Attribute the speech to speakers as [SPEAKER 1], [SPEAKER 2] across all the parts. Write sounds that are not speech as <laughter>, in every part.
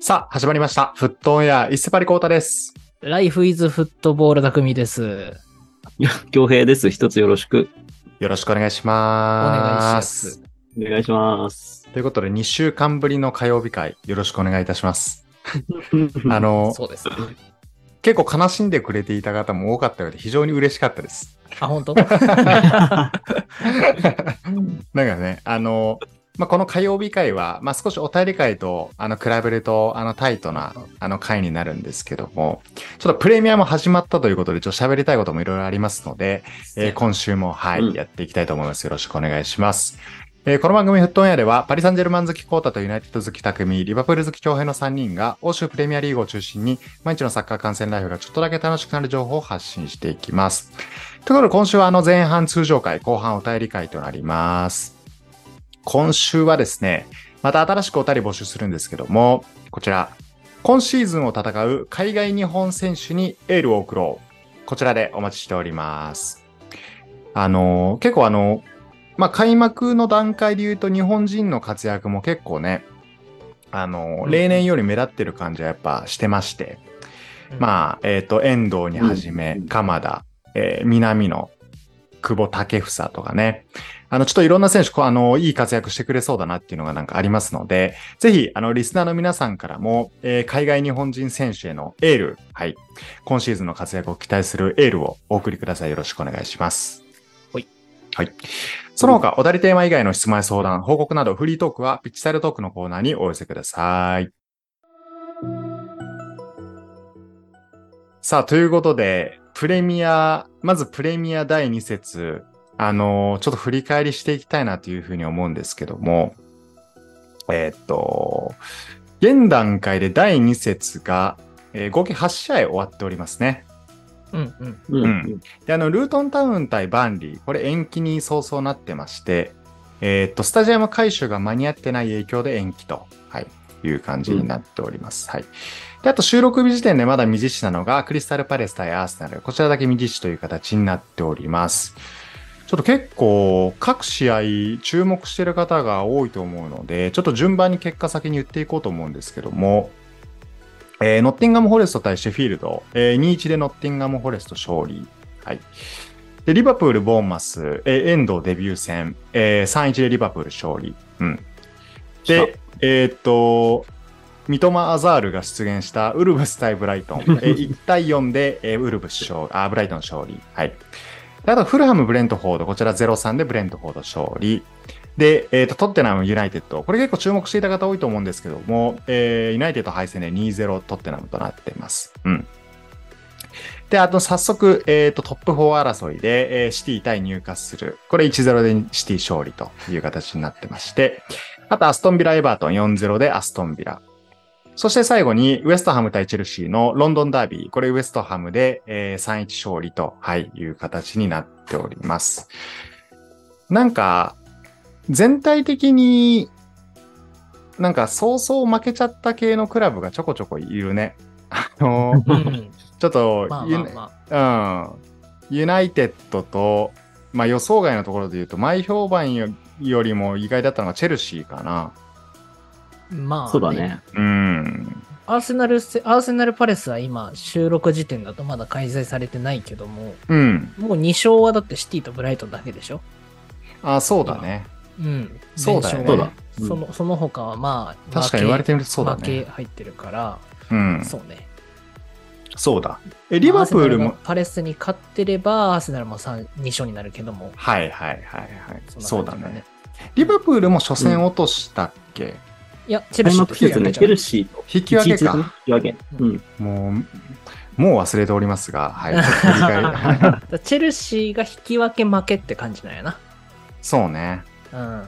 [SPEAKER 1] さあ、始まりました。フットオンエア、一世パリコータです。
[SPEAKER 2] ライフイズフットボール匠です。
[SPEAKER 3] 恭平です。一つよろしく
[SPEAKER 1] よろしくお願いし
[SPEAKER 2] お願いし
[SPEAKER 1] ま。
[SPEAKER 2] ますす。
[SPEAKER 3] お願いします。
[SPEAKER 1] ということで、2週間ぶりの火曜日会、よろしくお願いいたします。あ
[SPEAKER 3] <laughs>
[SPEAKER 1] の、
[SPEAKER 2] そうですね。
[SPEAKER 1] 結構悲しんでくれていた方も多かったようで、非常に嬉しかったです。<laughs>
[SPEAKER 2] あ、本当
[SPEAKER 1] なんかね、あの、まあ、この火曜日会は、まあ、少しお便り会と、あの、比べると、あの、タイトな、あの、会になるんですけども、ちょっとプレミアム始まったということで、ちょっと喋りたいこともいろいろありますので、えー今週も、はい、
[SPEAKER 3] うん
[SPEAKER 1] やっていきたいと思います。よろしくお願いします。えーこの番組フットオンエアでは、パリ・サンジェルマン好きコータとユナイテッド好き匠、リバプール好き強平の3人が、欧州プレミアリーグを中心に、毎日のサッカー観戦ライフがちょっとだけ楽しくなる情報を発信していきます。ということで、今週はあの前半通常回、後半お便り会となります。今週はですね、また新しくお便り募集するんですけども、こちら、今シーズンを戦う海外日本選手にエールを送ろう。こちらでお待ちしております。あの、結構あの、まあ、開幕の段階で言うと日本人の活躍も結構ね、あの、
[SPEAKER 2] うん
[SPEAKER 1] 例年より目立ってる感じはやっぱしてまして、まあ、えっ、と、遠藤にはじめ
[SPEAKER 3] う、ん
[SPEAKER 1] 鎌田、えー南野、久保建英とかね、あの、ちょっといろんな選手、こう、あの、いい活躍してくれそうだなっていうのがなんかありますので、ぜひ、あの、リスナーの皆さんからも、えー海外日本人選手へのエール、はい、今シーズンの活躍を期待するエールをお送りください。よろしくお願いします。
[SPEAKER 2] はい。
[SPEAKER 1] はい。その他、おだりテーマ以外の質問や相談、報告など、フリートークは、ピッチサイドトークのコーナーにお寄せください。さあ、ということで、プレミア、まずプレミア第2節、あのーちょっと振り返りしていきたいなというふうに思うんですけども、えーっと、現段階で第2節が、えー合計8試合終わっておりますね。
[SPEAKER 2] うんうん。
[SPEAKER 3] うん
[SPEAKER 1] うんで、あの、ルートンタウン対バンリー、これ延期に早々なってまして、えーっと、スタジアム改修が間に合ってない影響で延期と、はい、いう感じになっております。はい。で、あと収録日時点でまだ未実施なのが、クリスタルパレス対アーセナル、こちらだけ未実施という形になっております。ちょっと結構、各試合注目してる方が多いと思うので、ちょっと順番に結果先に言っていこうと思うんですけども、えーノッティンガム・フォレスト対シェフィールド、えー2-1でノッティンガム・フォレスト勝利。はい。で、リバプール、ボーンマス、えー、遠藤デビュー戦、えー、3-1でリバプール勝利。うん。で、えーっと、三笘アザールが出現したウルブス対ブライトン、えー1対4で、えーウルブス勝あーブライトン勝利。はい。であと、フルハム、ブレントフォード、こちら0-3でブレントフォード勝利。で、えーと、トッテナム、ユナイテッド、これ結構注目していた方多いと思うんですけども、えーユナイテッド敗戦で2-0トッテナムとなっています。うん。で、あと、早速、えーと、トップ4争いで、えーシティ対入荷する。これ1-0でシティ勝利という形になってまして、あと、アストンビラ、エバートン4-0でアストンビラ。そして最後に、ウエストハム対チェルシーのロンドンダービー。これウエストハムで、えー3-1勝利と、はい、いう形になっております。なんか、全体的に、なんか、そうそう負けちゃった系のクラブがちょこちょこいるね。あ
[SPEAKER 2] <laughs>
[SPEAKER 1] の、 <laughs>
[SPEAKER 2] うん、
[SPEAKER 1] ちょっと、
[SPEAKER 2] まあ
[SPEAKER 1] ゆ
[SPEAKER 2] まあま
[SPEAKER 1] うん、ユナイテッドと、まあ、予想外のところで言うと、前評判よよりも意外だったのがチェルシーかな。
[SPEAKER 2] あ。まあ、
[SPEAKER 3] そうだ。ね。
[SPEAKER 1] うん。
[SPEAKER 2] アーセナルせ、アーセナルパレスは今、収録時点だとまだ開催されてないけども、
[SPEAKER 1] うん。
[SPEAKER 2] もう2勝はだってシティとブライトンだけでしょ
[SPEAKER 1] あ、そうだね。
[SPEAKER 2] うん。
[SPEAKER 1] そうだよね
[SPEAKER 2] 全勝
[SPEAKER 3] そうだ
[SPEAKER 2] は。
[SPEAKER 3] うん
[SPEAKER 2] その、その他はまあ、
[SPEAKER 1] 確かに言われ
[SPEAKER 2] て
[SPEAKER 1] てみるとそうだ
[SPEAKER 2] 負け
[SPEAKER 1] ね。
[SPEAKER 2] 入ってるから、
[SPEAKER 1] うん。
[SPEAKER 2] そうね。
[SPEAKER 1] そうだ。え、リバプール
[SPEAKER 2] アセナ
[SPEAKER 1] も
[SPEAKER 2] が。パレスに勝ってれば、アーセナルも3 2勝になるけども、
[SPEAKER 1] はいはいはいはい。
[SPEAKER 2] んな
[SPEAKER 1] そうだ
[SPEAKER 2] 感じ
[SPEAKER 1] ね。。リバプールも初戦落としたっけ、
[SPEAKER 2] いや、チェル
[SPEAKER 3] 開
[SPEAKER 2] シー
[SPEAKER 3] 幕
[SPEAKER 2] と
[SPEAKER 3] 季節ね、チェルシーと
[SPEAKER 1] 引き分け
[SPEAKER 3] 1-1
[SPEAKER 1] か。
[SPEAKER 3] 引き分け。うん。
[SPEAKER 1] もう、もう忘れておりますが、はい。 <laughs>
[SPEAKER 2] <laughs>
[SPEAKER 1] 振り返り
[SPEAKER 2] だからチェルシーが引き分け負けって感じなんやな。
[SPEAKER 1] そうね。
[SPEAKER 2] う
[SPEAKER 1] う
[SPEAKER 2] ん。
[SPEAKER 1] ん、い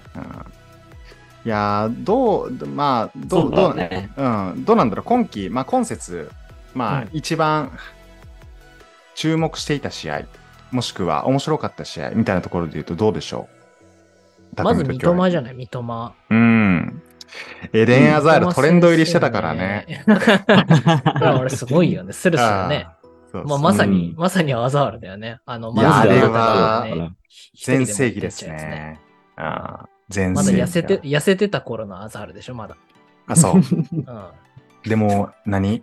[SPEAKER 1] やー、どう、まあ、ど、
[SPEAKER 3] そうう
[SPEAKER 1] ど
[SPEAKER 3] だ
[SPEAKER 1] う、
[SPEAKER 3] ね。
[SPEAKER 1] うん、どうなんだろう。今季、まあ今節、まあ
[SPEAKER 2] うん
[SPEAKER 1] 一番注目していた試合、もしくは面白かった試合みたいなところで言うとどうでしょう
[SPEAKER 2] まず三笘
[SPEAKER 1] じ
[SPEAKER 2] じゃない、三笘。
[SPEAKER 1] うん。エデン・アザー
[SPEAKER 2] 三笘
[SPEAKER 1] ルトレンド入りしてたからね。
[SPEAKER 2] 先生ね。だ
[SPEAKER 3] <laughs>
[SPEAKER 2] から <laughs> 俺すごいよね、スルスルね。
[SPEAKER 1] あー。そうそう
[SPEAKER 2] まあ、まさに、
[SPEAKER 3] うん
[SPEAKER 2] まさにアザールだよね。あの、
[SPEAKER 1] いや
[SPEAKER 2] まず
[SPEAKER 1] あれ
[SPEAKER 2] アザ
[SPEAKER 1] は
[SPEAKER 2] ールがね、
[SPEAKER 1] 全
[SPEAKER 2] 一人
[SPEAKER 1] 盛
[SPEAKER 2] も
[SPEAKER 1] 期
[SPEAKER 2] 行っ
[SPEAKER 1] で
[SPEAKER 2] ち
[SPEAKER 1] す
[SPEAKER 2] ゃうやつ。
[SPEAKER 1] ね。ああ、全
[SPEAKER 2] まだ
[SPEAKER 1] 盛期。 <laughs>
[SPEAKER 2] 痩せて、痩せてた頃のアザールでしょ、まだ。
[SPEAKER 1] あ、そう。
[SPEAKER 2] うん。
[SPEAKER 1] でも何、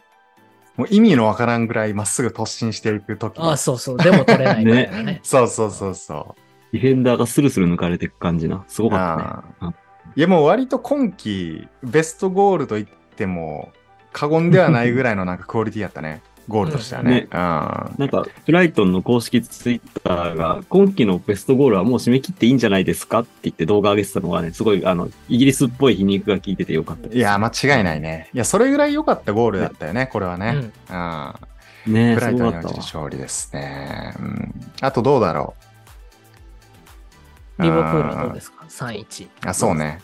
[SPEAKER 1] もう意味のわからんぐらいまっすぐ突進していくとき。
[SPEAKER 2] <laughs> ああ、そうそう。でも取れないみたいなね。
[SPEAKER 1] そうそうそうそ
[SPEAKER 3] ディフェンダーがスルスル抜かれていく感じな。すご
[SPEAKER 1] う。
[SPEAKER 3] かったね。
[SPEAKER 1] ああいや、もう割と今季、ベストゴールと言っても過言ではないぐらいのなんかクオリティやったね。ゴールとしてはね。うん
[SPEAKER 3] なんか、ブライトンの公式ツイッターが、今季のベストゴールはもう締め切っていいんじゃないですかって言って動画上げてたのがね、すごい、あの、イギリスっぽい皮肉が効いててよかったです
[SPEAKER 1] いや、間違いないね。いや、それぐらい良かったゴールだったよね、これはね。うん。
[SPEAKER 3] ね
[SPEAKER 1] ブ
[SPEAKER 3] え、
[SPEAKER 1] ラ
[SPEAKER 3] す
[SPEAKER 1] イト
[SPEAKER 3] ご
[SPEAKER 1] ン
[SPEAKER 3] か
[SPEAKER 1] に
[SPEAKER 3] っ
[SPEAKER 1] お
[SPEAKER 3] た
[SPEAKER 1] ける
[SPEAKER 3] わ。
[SPEAKER 1] 勝利ですね。うん。あとどうだろう
[SPEAKER 2] リボプールどう
[SPEAKER 1] で
[SPEAKER 2] ですか ?3-1。
[SPEAKER 1] あ、そうね。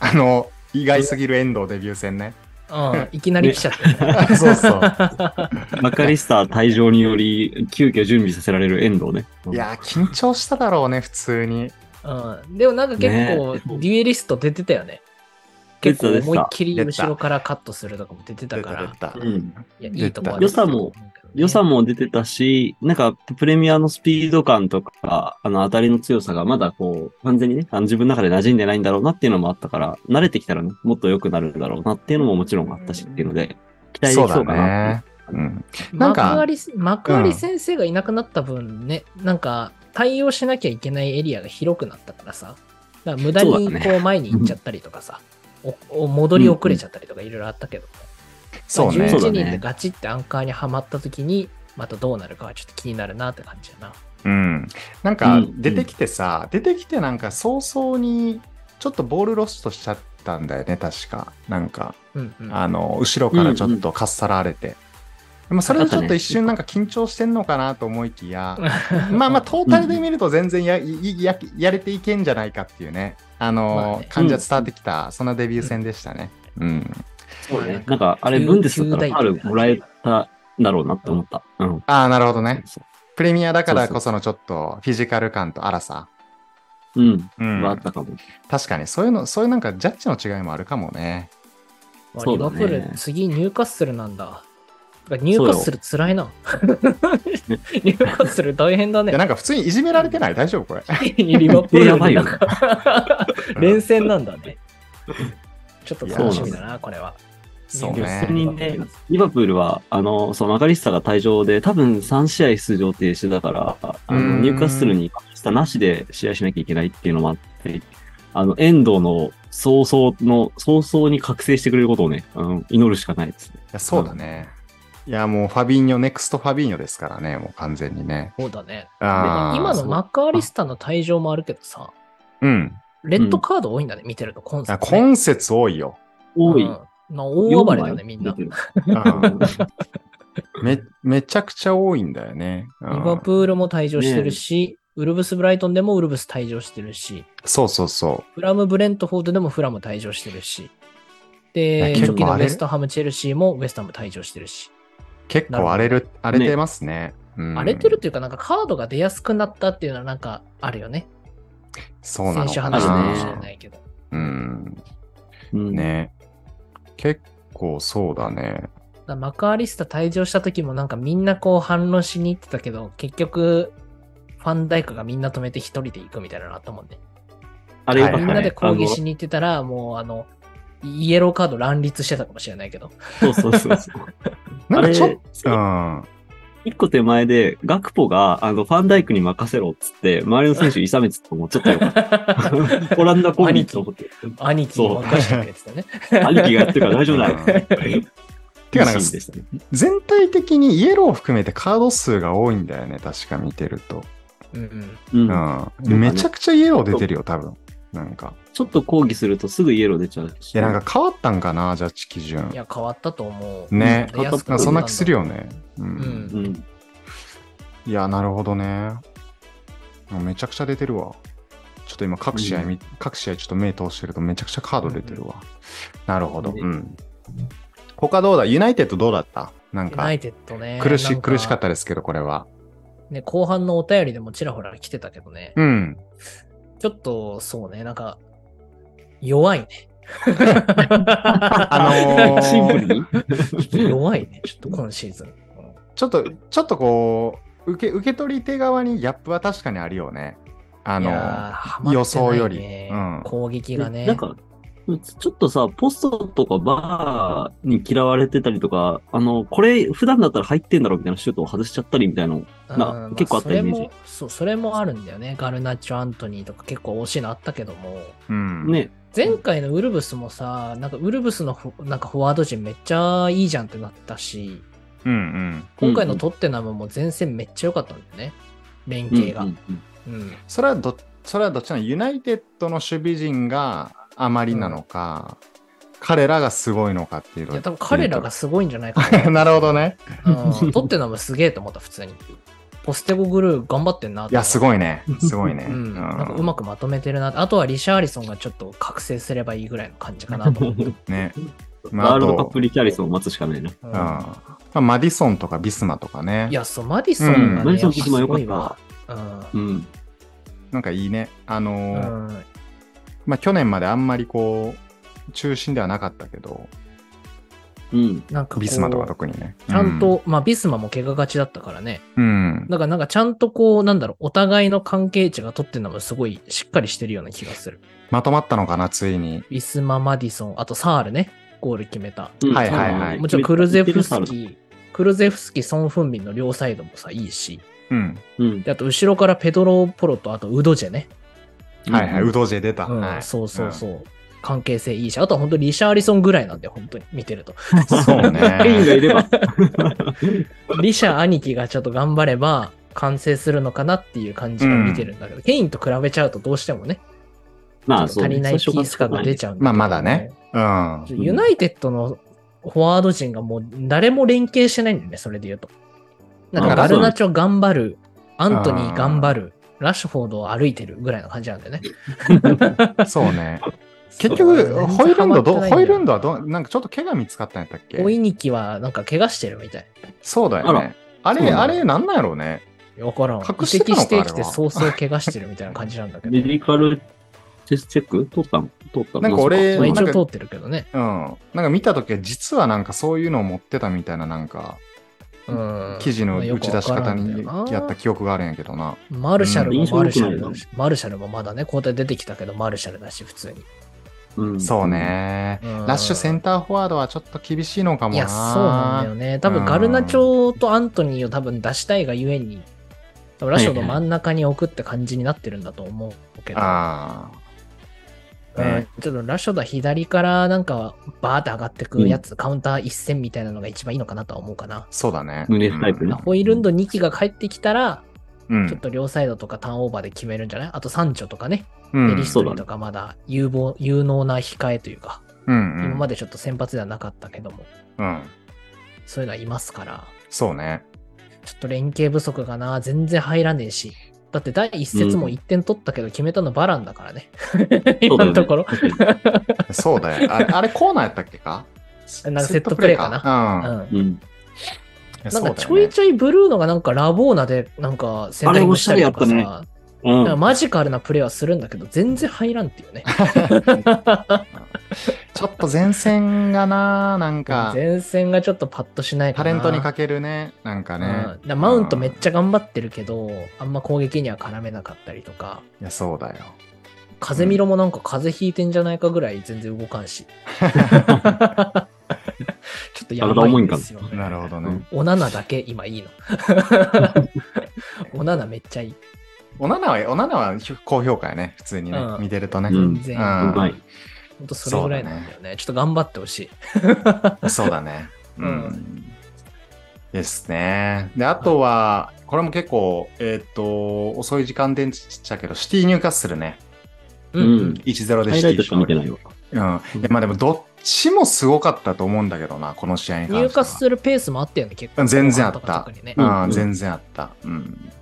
[SPEAKER 1] あの、意外すぎる遠藤デビュー戦ね。
[SPEAKER 2] うん。いきなり来ちゃったよ
[SPEAKER 1] <laughs>
[SPEAKER 2] ね。
[SPEAKER 1] そう
[SPEAKER 2] <laughs>
[SPEAKER 1] そう。
[SPEAKER 3] バカリスター退場により、急遽準備させられる遠藤ね。
[SPEAKER 1] いやー、緊張しただろうね、普通に。
[SPEAKER 2] うん、でもなんか結構、
[SPEAKER 3] ね
[SPEAKER 2] デュエリスト出てたよね。
[SPEAKER 3] 出て
[SPEAKER 2] 結
[SPEAKER 3] た
[SPEAKER 2] 構思いっきり
[SPEAKER 1] 出てた
[SPEAKER 2] 後ろからカットするとかも出てたから、
[SPEAKER 1] 出た
[SPEAKER 3] う
[SPEAKER 1] 出
[SPEAKER 3] ん。
[SPEAKER 2] いやいいとこは
[SPEAKER 3] 良さも、良さ
[SPEAKER 2] も、
[SPEAKER 3] も出てたし、なんかプレミアのスピード感とか、あの当たりの強さがまだこう、完全にね、あの自分の中で馴染んでないんだろうなっていうのもあったから、慣れてきたらね、もっと良くなるんだろうなっていうのももちろんあったしっていうので、期
[SPEAKER 1] た
[SPEAKER 3] 待
[SPEAKER 1] そ
[SPEAKER 3] で
[SPEAKER 1] う
[SPEAKER 3] きそ
[SPEAKER 1] だ
[SPEAKER 3] うかなっ
[SPEAKER 1] ね
[SPEAKER 3] て。。
[SPEAKER 1] うん。なん
[SPEAKER 2] 幕
[SPEAKER 1] か
[SPEAKER 2] 張幕張先生がいなくなった分ね、なんか対応しなきゃいけないエリアが広くなったからさ、だから無駄
[SPEAKER 3] そう
[SPEAKER 2] に
[SPEAKER 3] だね
[SPEAKER 2] こう前に行っちゃったりとかさ、おお戻り遅れちゃったりとかいろいろあったけど、
[SPEAKER 1] そうね
[SPEAKER 2] 11。
[SPEAKER 3] そうだ
[SPEAKER 2] 人
[SPEAKER 3] ね
[SPEAKER 2] でガチってアンカーにはまった時に、またどうなるかはちょっと気になるなって感じだな。
[SPEAKER 1] うん。なんか
[SPEAKER 3] う、ん
[SPEAKER 1] 出てきてさ、出てきてなんか早々に、ちょっとボールロストしちゃったんだよね、確か。なんか。
[SPEAKER 2] うんうん。
[SPEAKER 1] あの、後ろからちょっとかっさられて。でもそれでちょっと一瞬なんか緊張してんのかなと思いきや、
[SPEAKER 2] <laughs>
[SPEAKER 1] まあまあトータルで見ると全然やいややれていけんじゃないかっていうね、あ
[SPEAKER 2] まあ
[SPEAKER 1] の、
[SPEAKER 2] ね
[SPEAKER 1] 感じは伝わってきた、そんなデビュー戦でしたね。うん。
[SPEAKER 3] そうね。なんかあれ、ブンデスだったらファールもらえたんだろうなって思った。うん。
[SPEAKER 1] ああ、なるほどね。プレミアだからこそのちょっとフィジカル感と荒さ。
[SPEAKER 3] うん。
[SPEAKER 1] う
[SPEAKER 3] はあっ
[SPEAKER 1] ん。
[SPEAKER 3] たかも。
[SPEAKER 1] 確かに、そういうの、そういうなんかジャッジの違いもあるかもね。
[SPEAKER 2] まあ、
[SPEAKER 3] そ
[SPEAKER 2] リ
[SPEAKER 3] うだ
[SPEAKER 2] バ
[SPEAKER 3] ね
[SPEAKER 2] プール、次、ニューカッスルなんだ。だからニューカッスルつらいな。 <laughs> ニューカッスル大変だ
[SPEAKER 1] いや、
[SPEAKER 2] ね。
[SPEAKER 1] なんか普通にいじめられてない大丈夫これ。
[SPEAKER 2] <laughs> リバプール
[SPEAKER 3] やばいよ
[SPEAKER 2] になんか連戦なんだね。ちょっと楽しみだな、これは。
[SPEAKER 1] そう
[SPEAKER 3] 逆
[SPEAKER 1] ね。
[SPEAKER 3] にね、リバプールは、あの、そのマカリスタが退場で、多分3試合出場停止だから、あ
[SPEAKER 1] う
[SPEAKER 3] の
[SPEAKER 1] ん
[SPEAKER 3] ニューカッスルにマカリスタなしで試合しなきゃいけないっていうのもあって、あの、遠藤の早々の、早々に覚醒してくれることをね、あの祈るしかないですね。
[SPEAKER 1] いや、そうだね。いや、もうファビーニョ、ネクストファビーニョですからね、もう完全にね。
[SPEAKER 2] そうだね。
[SPEAKER 1] あー
[SPEAKER 2] 今のマッカーリスタの退場もあるけどさ、
[SPEAKER 1] うん。
[SPEAKER 2] レッドカード多いんだね、見てると、今
[SPEAKER 1] あ
[SPEAKER 2] 節、ね。
[SPEAKER 1] 今節多いよ。
[SPEAKER 3] 多い。
[SPEAKER 2] うんな大暴れだね、みんな。
[SPEAKER 3] 出て
[SPEAKER 2] リ
[SPEAKER 3] る
[SPEAKER 2] <laughs>
[SPEAKER 1] うんめ、めちゃくちゃ多いんだよね。うん
[SPEAKER 2] バプールも退場してるし、ウルブス・ブライトンでもウルブス退場してるし、
[SPEAKER 1] そうそうそ
[SPEAKER 2] フラム・ブレントフォードでもフラム退場してるし、で、
[SPEAKER 1] いや
[SPEAKER 2] 直近
[SPEAKER 1] 結構
[SPEAKER 2] の
[SPEAKER 1] あ
[SPEAKER 2] ウ
[SPEAKER 1] れ
[SPEAKER 2] ェストハム・チェルシーもウェストハム退場してるし、
[SPEAKER 1] う。結構荒れる、荒れてますね。うん
[SPEAKER 2] 荒れてるというか、なんかカードが出やすくなったっていうのはなんかあるよね。
[SPEAKER 1] そうな
[SPEAKER 2] 先
[SPEAKER 1] の
[SPEAKER 2] 週
[SPEAKER 1] か
[SPEAKER 2] 話したかも
[SPEAKER 3] 話
[SPEAKER 2] し
[SPEAKER 3] す
[SPEAKER 2] れ
[SPEAKER 1] な。
[SPEAKER 2] ないけど。
[SPEAKER 1] うん。
[SPEAKER 3] うん
[SPEAKER 1] <laughs> ね。結構そうだね。
[SPEAKER 2] だからマカアリスタ退場した時もなんかみんなこう反論しに行ってたけど、結局、ファンダイクがみんな止めて一人で行くみたいなのあったもんね。
[SPEAKER 3] あれよか
[SPEAKER 2] み
[SPEAKER 3] った
[SPEAKER 2] ん
[SPEAKER 3] ね
[SPEAKER 2] なで抗議しに行ってたら、もうあの、イエローカード乱立してたかもしれな
[SPEAKER 1] <laughs>
[SPEAKER 2] いけど。
[SPEAKER 3] あのそうそうそうそう。
[SPEAKER 2] <laughs>
[SPEAKER 1] なんかちょっ
[SPEAKER 3] あれ
[SPEAKER 1] と、うん。
[SPEAKER 3] 一個手前で、ガクポが、あの、ファンダイクに任せろっつって、周りの選手いさめてたのもちょっとよかった。
[SPEAKER 2] <laughs>
[SPEAKER 3] <laughs> オランダコンビと思って。
[SPEAKER 2] 兄貴に任してくれてたね。
[SPEAKER 3] 兄貴がやってるから大丈夫だよ。 <laughs>
[SPEAKER 1] うんてかなんか
[SPEAKER 3] いいシーンでしたね
[SPEAKER 1] 全体的にイエローを含めてカード数が多いんだよね。確か見てると。
[SPEAKER 2] うんうん。
[SPEAKER 3] うん
[SPEAKER 1] うん。めちゃくちゃイエロー出てるよ、多分。なんか。
[SPEAKER 3] ちょっと抗議するとすぐイエロー出ちゃうし。
[SPEAKER 1] いや、なんか変わったんかな、ジャッジ基準
[SPEAKER 2] い。や、変わったと思う。
[SPEAKER 1] ね
[SPEAKER 2] 出やすく
[SPEAKER 1] なんか
[SPEAKER 2] った
[SPEAKER 1] そん
[SPEAKER 2] だ
[SPEAKER 1] な気するよね。うん。
[SPEAKER 2] うん
[SPEAKER 3] うん。
[SPEAKER 1] いや、なるほどね。もうめちゃくちゃ出てるわ。ちょっと今、各試合見、各試合ちょっと目通してるとめちゃくちゃカード出てるわ。なるほど。
[SPEAKER 3] ね
[SPEAKER 1] うん。他どうだユナイテッドどうだったなん
[SPEAKER 2] ユナ
[SPEAKER 1] か
[SPEAKER 2] イ、テッドね。。
[SPEAKER 1] 苦し、苦しかったたですけど、これは。
[SPEAKER 2] ね、後半のお便りでもちらほら来てたけどね。
[SPEAKER 1] うん。
[SPEAKER 2] ちょっと、そうね、なんか、弱いね。
[SPEAKER 1] <laughs> あのー
[SPEAKER 3] <laughs> シンプルに
[SPEAKER 2] 弱いね、ちょっと今シーズン。うん
[SPEAKER 1] ちょっと、ちょっとこう、受け、受け取り手側にギャップは確かにあるよね。あ
[SPEAKER 2] い
[SPEAKER 1] の、
[SPEAKER 2] やーハマってないね
[SPEAKER 1] 予想よりうん
[SPEAKER 2] 攻撃がね。
[SPEAKER 3] なんか、ちょっとさ、ポストとかバーに嫌われてたりとか、あの、これ普段だったら入ってんだろうみたいなシュートを外しちゃったりみたいなの。
[SPEAKER 2] う
[SPEAKER 3] な
[SPEAKER 2] ま
[SPEAKER 3] ん結構あったイメージ
[SPEAKER 2] それもそう、それもあるんだよね。ガルナッチョ・アントニーとか結構惜しいのあったけども、
[SPEAKER 1] うん。
[SPEAKER 3] ね。
[SPEAKER 2] 前回のウルブスもさ、なんかウルブスのフォなんかフォワード陣めっちゃいいじゃんってなったし、
[SPEAKER 1] うんうん。
[SPEAKER 2] 今回のトッテナムも前線めっちゃ良かったんだよね。連携が。
[SPEAKER 3] う
[SPEAKER 2] うん
[SPEAKER 3] うん
[SPEAKER 2] ん。
[SPEAKER 1] それはど、それはどっちなのユナイテッドの守備陣があまりなのか、彼らがすごいのかっていうの
[SPEAKER 2] いや、多分彼らがすごいんじゃないか
[SPEAKER 1] <laughs> なるほどね。
[SPEAKER 2] な。うん、トッテナムすげえと思った、普通に。ポステゴグルー頑張ってんなと思った
[SPEAKER 1] いや、すごいね。すごいね。
[SPEAKER 2] うん、なんかうまくまとめてるな。あとはリシャーリソンがちょっと覚醒すればいいぐらいの感じかなと思って。
[SPEAKER 1] ね。まあ、
[SPEAKER 3] ワー
[SPEAKER 1] あ
[SPEAKER 3] ルドカッ
[SPEAKER 1] と
[SPEAKER 3] プ、リチャリソンを待つしかないね。
[SPEAKER 2] う
[SPEAKER 1] うんんまあ、マディソンとかビスマとかね
[SPEAKER 2] い。や、そう、マディソンが
[SPEAKER 1] う
[SPEAKER 2] ね、
[SPEAKER 1] ん
[SPEAKER 3] マディソン
[SPEAKER 2] やっぱすごいわ。うん
[SPEAKER 3] うん。
[SPEAKER 1] なんかいいね。あ
[SPEAKER 2] う
[SPEAKER 1] のー
[SPEAKER 2] ん
[SPEAKER 1] まあ、去年まであんまりこう、中心ではなかったけど、
[SPEAKER 3] うん。
[SPEAKER 2] なんかこう
[SPEAKER 1] ビスマとか特にね。
[SPEAKER 2] ちゃんと、まあ、ビスマも怪我がちだったからね。
[SPEAKER 1] うん、うん。
[SPEAKER 2] だから、なんか、ちゃんとこう、なんだろう、お互いの関係値が取ってるのもすごいしっかりしてるような気がする。
[SPEAKER 1] まとまったのかな、ついに。
[SPEAKER 2] ビスマ、マディソン、あとサールね、ゴール決めた。
[SPEAKER 3] うん
[SPEAKER 1] はいはいはい
[SPEAKER 2] もちろん、クルゼフス。
[SPEAKER 3] うん
[SPEAKER 2] キ、クルゼフスキ、ソン・フンミンの両サイドもさ、いいし。
[SPEAKER 1] うん。
[SPEAKER 3] うん。
[SPEAKER 2] であと、後ろからペドロ・ポロと、あと、ウドジェね。
[SPEAKER 1] はいはい、
[SPEAKER 3] うん
[SPEAKER 1] ウドジェ出た。
[SPEAKER 2] うん
[SPEAKER 1] はい、
[SPEAKER 2] そうそうそう。関係性いいし、あとは本当リシャーリソンぐらいなんで、本当に見てると。
[SPEAKER 1] うん。そう
[SPEAKER 3] ケインが
[SPEAKER 1] ね。
[SPEAKER 3] いれば。
[SPEAKER 2] <laughs> リシャー兄貴がちょっと頑張れば、完成するのかなっていう感じが見てるんだけど、ケインと比べちゃうとどうしてもね、
[SPEAKER 3] まあ、
[SPEAKER 2] 足
[SPEAKER 3] そうね。
[SPEAKER 2] りない
[SPEAKER 3] そ
[SPEAKER 2] ピ
[SPEAKER 3] う
[SPEAKER 2] ー
[SPEAKER 3] しようか
[SPEAKER 2] ス感が出ちゃうん
[SPEAKER 1] まあ、ま
[SPEAKER 2] け
[SPEAKER 1] だ
[SPEAKER 2] ど
[SPEAKER 1] ね。。うん。
[SPEAKER 2] ユナイテッドのフォワード陣がもう誰も連携してないんだよね、それで言うと。なんか
[SPEAKER 1] あ
[SPEAKER 2] ガ
[SPEAKER 1] そうな
[SPEAKER 2] ル
[SPEAKER 1] の
[SPEAKER 2] ナチョ頑張る、アントニー頑張る、ラッシュフォードを歩いてるぐらいの感じなん
[SPEAKER 1] <laughs>
[SPEAKER 2] だよね。
[SPEAKER 1] そう
[SPEAKER 2] <laughs>
[SPEAKER 1] ね。結
[SPEAKER 2] そ
[SPEAKER 1] 局、
[SPEAKER 2] うだね
[SPEAKER 1] ホイルンド
[SPEAKER 2] 全然ハマって
[SPEAKER 1] ど、
[SPEAKER 2] ないんだよ
[SPEAKER 1] ホイルンドはど、なんかちょっと怪我見つかったんやったっけ
[SPEAKER 2] 追いにきはなんか怪我してるみたい。
[SPEAKER 1] そうだよね。あ
[SPEAKER 3] そう
[SPEAKER 1] れ、
[SPEAKER 3] なの
[SPEAKER 1] あれ、なんなんやろうね。
[SPEAKER 2] わからん。移
[SPEAKER 1] 隠してた
[SPEAKER 2] 籍
[SPEAKER 1] のか
[SPEAKER 2] し
[SPEAKER 1] あ
[SPEAKER 2] てきて
[SPEAKER 1] れは
[SPEAKER 2] 早々怪我してるみたいな感じなんだけ
[SPEAKER 1] <laughs>
[SPEAKER 2] ど。
[SPEAKER 3] メディカルテストチェック通ったの通ったの
[SPEAKER 1] なんか俺
[SPEAKER 2] まあ、
[SPEAKER 3] まあ
[SPEAKER 2] 一
[SPEAKER 3] そう
[SPEAKER 1] なんか
[SPEAKER 2] 応通ってるけどね。
[SPEAKER 1] うん。なんか見たときは、実はなんかそういうのを持ってたみたいな、なんか、
[SPEAKER 2] う
[SPEAKER 1] <laughs>
[SPEAKER 2] ん。
[SPEAKER 1] 記事の打ち出し方に
[SPEAKER 2] よくわからんだ
[SPEAKER 1] や
[SPEAKER 2] よ
[SPEAKER 1] っ
[SPEAKER 2] な
[SPEAKER 1] た記憶があるんやけどな。
[SPEAKER 2] マルシャルも
[SPEAKER 3] うん
[SPEAKER 2] マルシャル
[SPEAKER 3] 印象良く
[SPEAKER 2] だ
[SPEAKER 3] ない
[SPEAKER 2] し、マルシャルもまだね、交代出てきたけど、マルシャルだし、普通に。
[SPEAKER 3] かん
[SPEAKER 1] そう。ね。
[SPEAKER 2] うん
[SPEAKER 1] ラッシュセンターフォワードはちょっと厳しいのかも
[SPEAKER 2] い
[SPEAKER 1] な。
[SPEAKER 2] や、そうなんだよね。多分、ガルナチョとアントニーを多分出したいがゆえに、多分ラッシュの真ん中に置くって感じになってるんだと思うけど、
[SPEAKER 1] ああ。
[SPEAKER 2] うん
[SPEAKER 1] ね
[SPEAKER 2] ちょっとラッシュだ左からなんかバーって上がってくやつ、カウンター一戦みたいなのが一番いいのかなとは思うかな。
[SPEAKER 1] そうだね。
[SPEAKER 3] ヌネスタイプね
[SPEAKER 2] ホイルンド2機が帰ってきたら、
[SPEAKER 1] うん。
[SPEAKER 2] ちょっと両サイドとかターンオーバーで決めるんじゃないあとサンチョとかね、
[SPEAKER 1] うん、
[SPEAKER 2] デリストリとかまだ有望有能な控えというか、
[SPEAKER 1] うんうん、
[SPEAKER 2] 今までちょっと先発ではなかったけども、
[SPEAKER 1] うん。
[SPEAKER 2] そういうのはいますから、
[SPEAKER 1] そうね。
[SPEAKER 2] ちょっと連携不足がな、全然入らねえし。だって第一節も1点取ったけど決めたのバランだからね。
[SPEAKER 3] そう
[SPEAKER 2] 今
[SPEAKER 3] だよね
[SPEAKER 2] のところ。
[SPEAKER 3] 確か
[SPEAKER 1] そうだよ。あ
[SPEAKER 2] <laughs>
[SPEAKER 1] れ、あれコーナーやったっけか
[SPEAKER 2] なんかセットプレーかな
[SPEAKER 1] な
[SPEAKER 2] う
[SPEAKER 1] うん
[SPEAKER 2] ん
[SPEAKER 3] にうん。
[SPEAKER 1] いや
[SPEAKER 2] な
[SPEAKER 1] そ
[SPEAKER 2] ん
[SPEAKER 1] うだ
[SPEAKER 2] か
[SPEAKER 1] よね。
[SPEAKER 2] ちょいちょいブルーノがなんかラボーナでなんかセンタリングしたりとか
[SPEAKER 3] あ
[SPEAKER 2] さ、
[SPEAKER 3] れおしゃれやうん
[SPEAKER 2] なんかマジカルなプレーはするんだけど全然入らんっていうね。
[SPEAKER 1] ちょっと前線がな、なんか、
[SPEAKER 2] 前線がちょっとパッとしないか
[SPEAKER 1] タ
[SPEAKER 2] ら。
[SPEAKER 1] レントにかけるね、なんか
[SPEAKER 2] う
[SPEAKER 1] ね。
[SPEAKER 2] んだからマウントめっちゃ頑張ってるけど、あんま攻撃には絡めなかったりとか、
[SPEAKER 1] いや、そうだよ。
[SPEAKER 2] 風見ろもなんか風邪ひいてんじゃないかぐらい全然動か
[SPEAKER 1] <laughs>
[SPEAKER 2] んし。ちょっとやばいんですよ、ね。
[SPEAKER 1] なるほどね。
[SPEAKER 2] おななだけ
[SPEAKER 1] <laughs>
[SPEAKER 2] 今いいの。おななめっちゃいい。
[SPEAKER 1] おななは、おななは高評価やね、普通にね。
[SPEAKER 2] うん
[SPEAKER 1] 見てるとね。
[SPEAKER 3] う
[SPEAKER 2] 全
[SPEAKER 3] ん
[SPEAKER 2] 然。
[SPEAKER 1] うん
[SPEAKER 3] うまい。
[SPEAKER 2] ほんとそれぐらいなんだよね。ちょっと頑張ってほしい。
[SPEAKER 1] そうだね。う。
[SPEAKER 2] うん
[SPEAKER 1] ですね。で、あとは、これも結構、えーっと、遅い時間でちっちゃけど、シティ・ニューカッスルね。
[SPEAKER 2] う
[SPEAKER 3] うんん。
[SPEAKER 1] 1-0で
[SPEAKER 3] ハイ
[SPEAKER 1] シ
[SPEAKER 3] ラ
[SPEAKER 1] テ
[SPEAKER 3] イ
[SPEAKER 1] ィ
[SPEAKER 3] トしか見てないわ。
[SPEAKER 1] うん。いやまあでも、どっちもすごかったと思うんだけどな、この試合に関しては。
[SPEAKER 2] 入荷するペースもあったよね、結構。
[SPEAKER 1] 全然あった
[SPEAKER 2] 特にね
[SPEAKER 3] う。ん
[SPEAKER 1] うん、全然あった。うん。
[SPEAKER 3] うん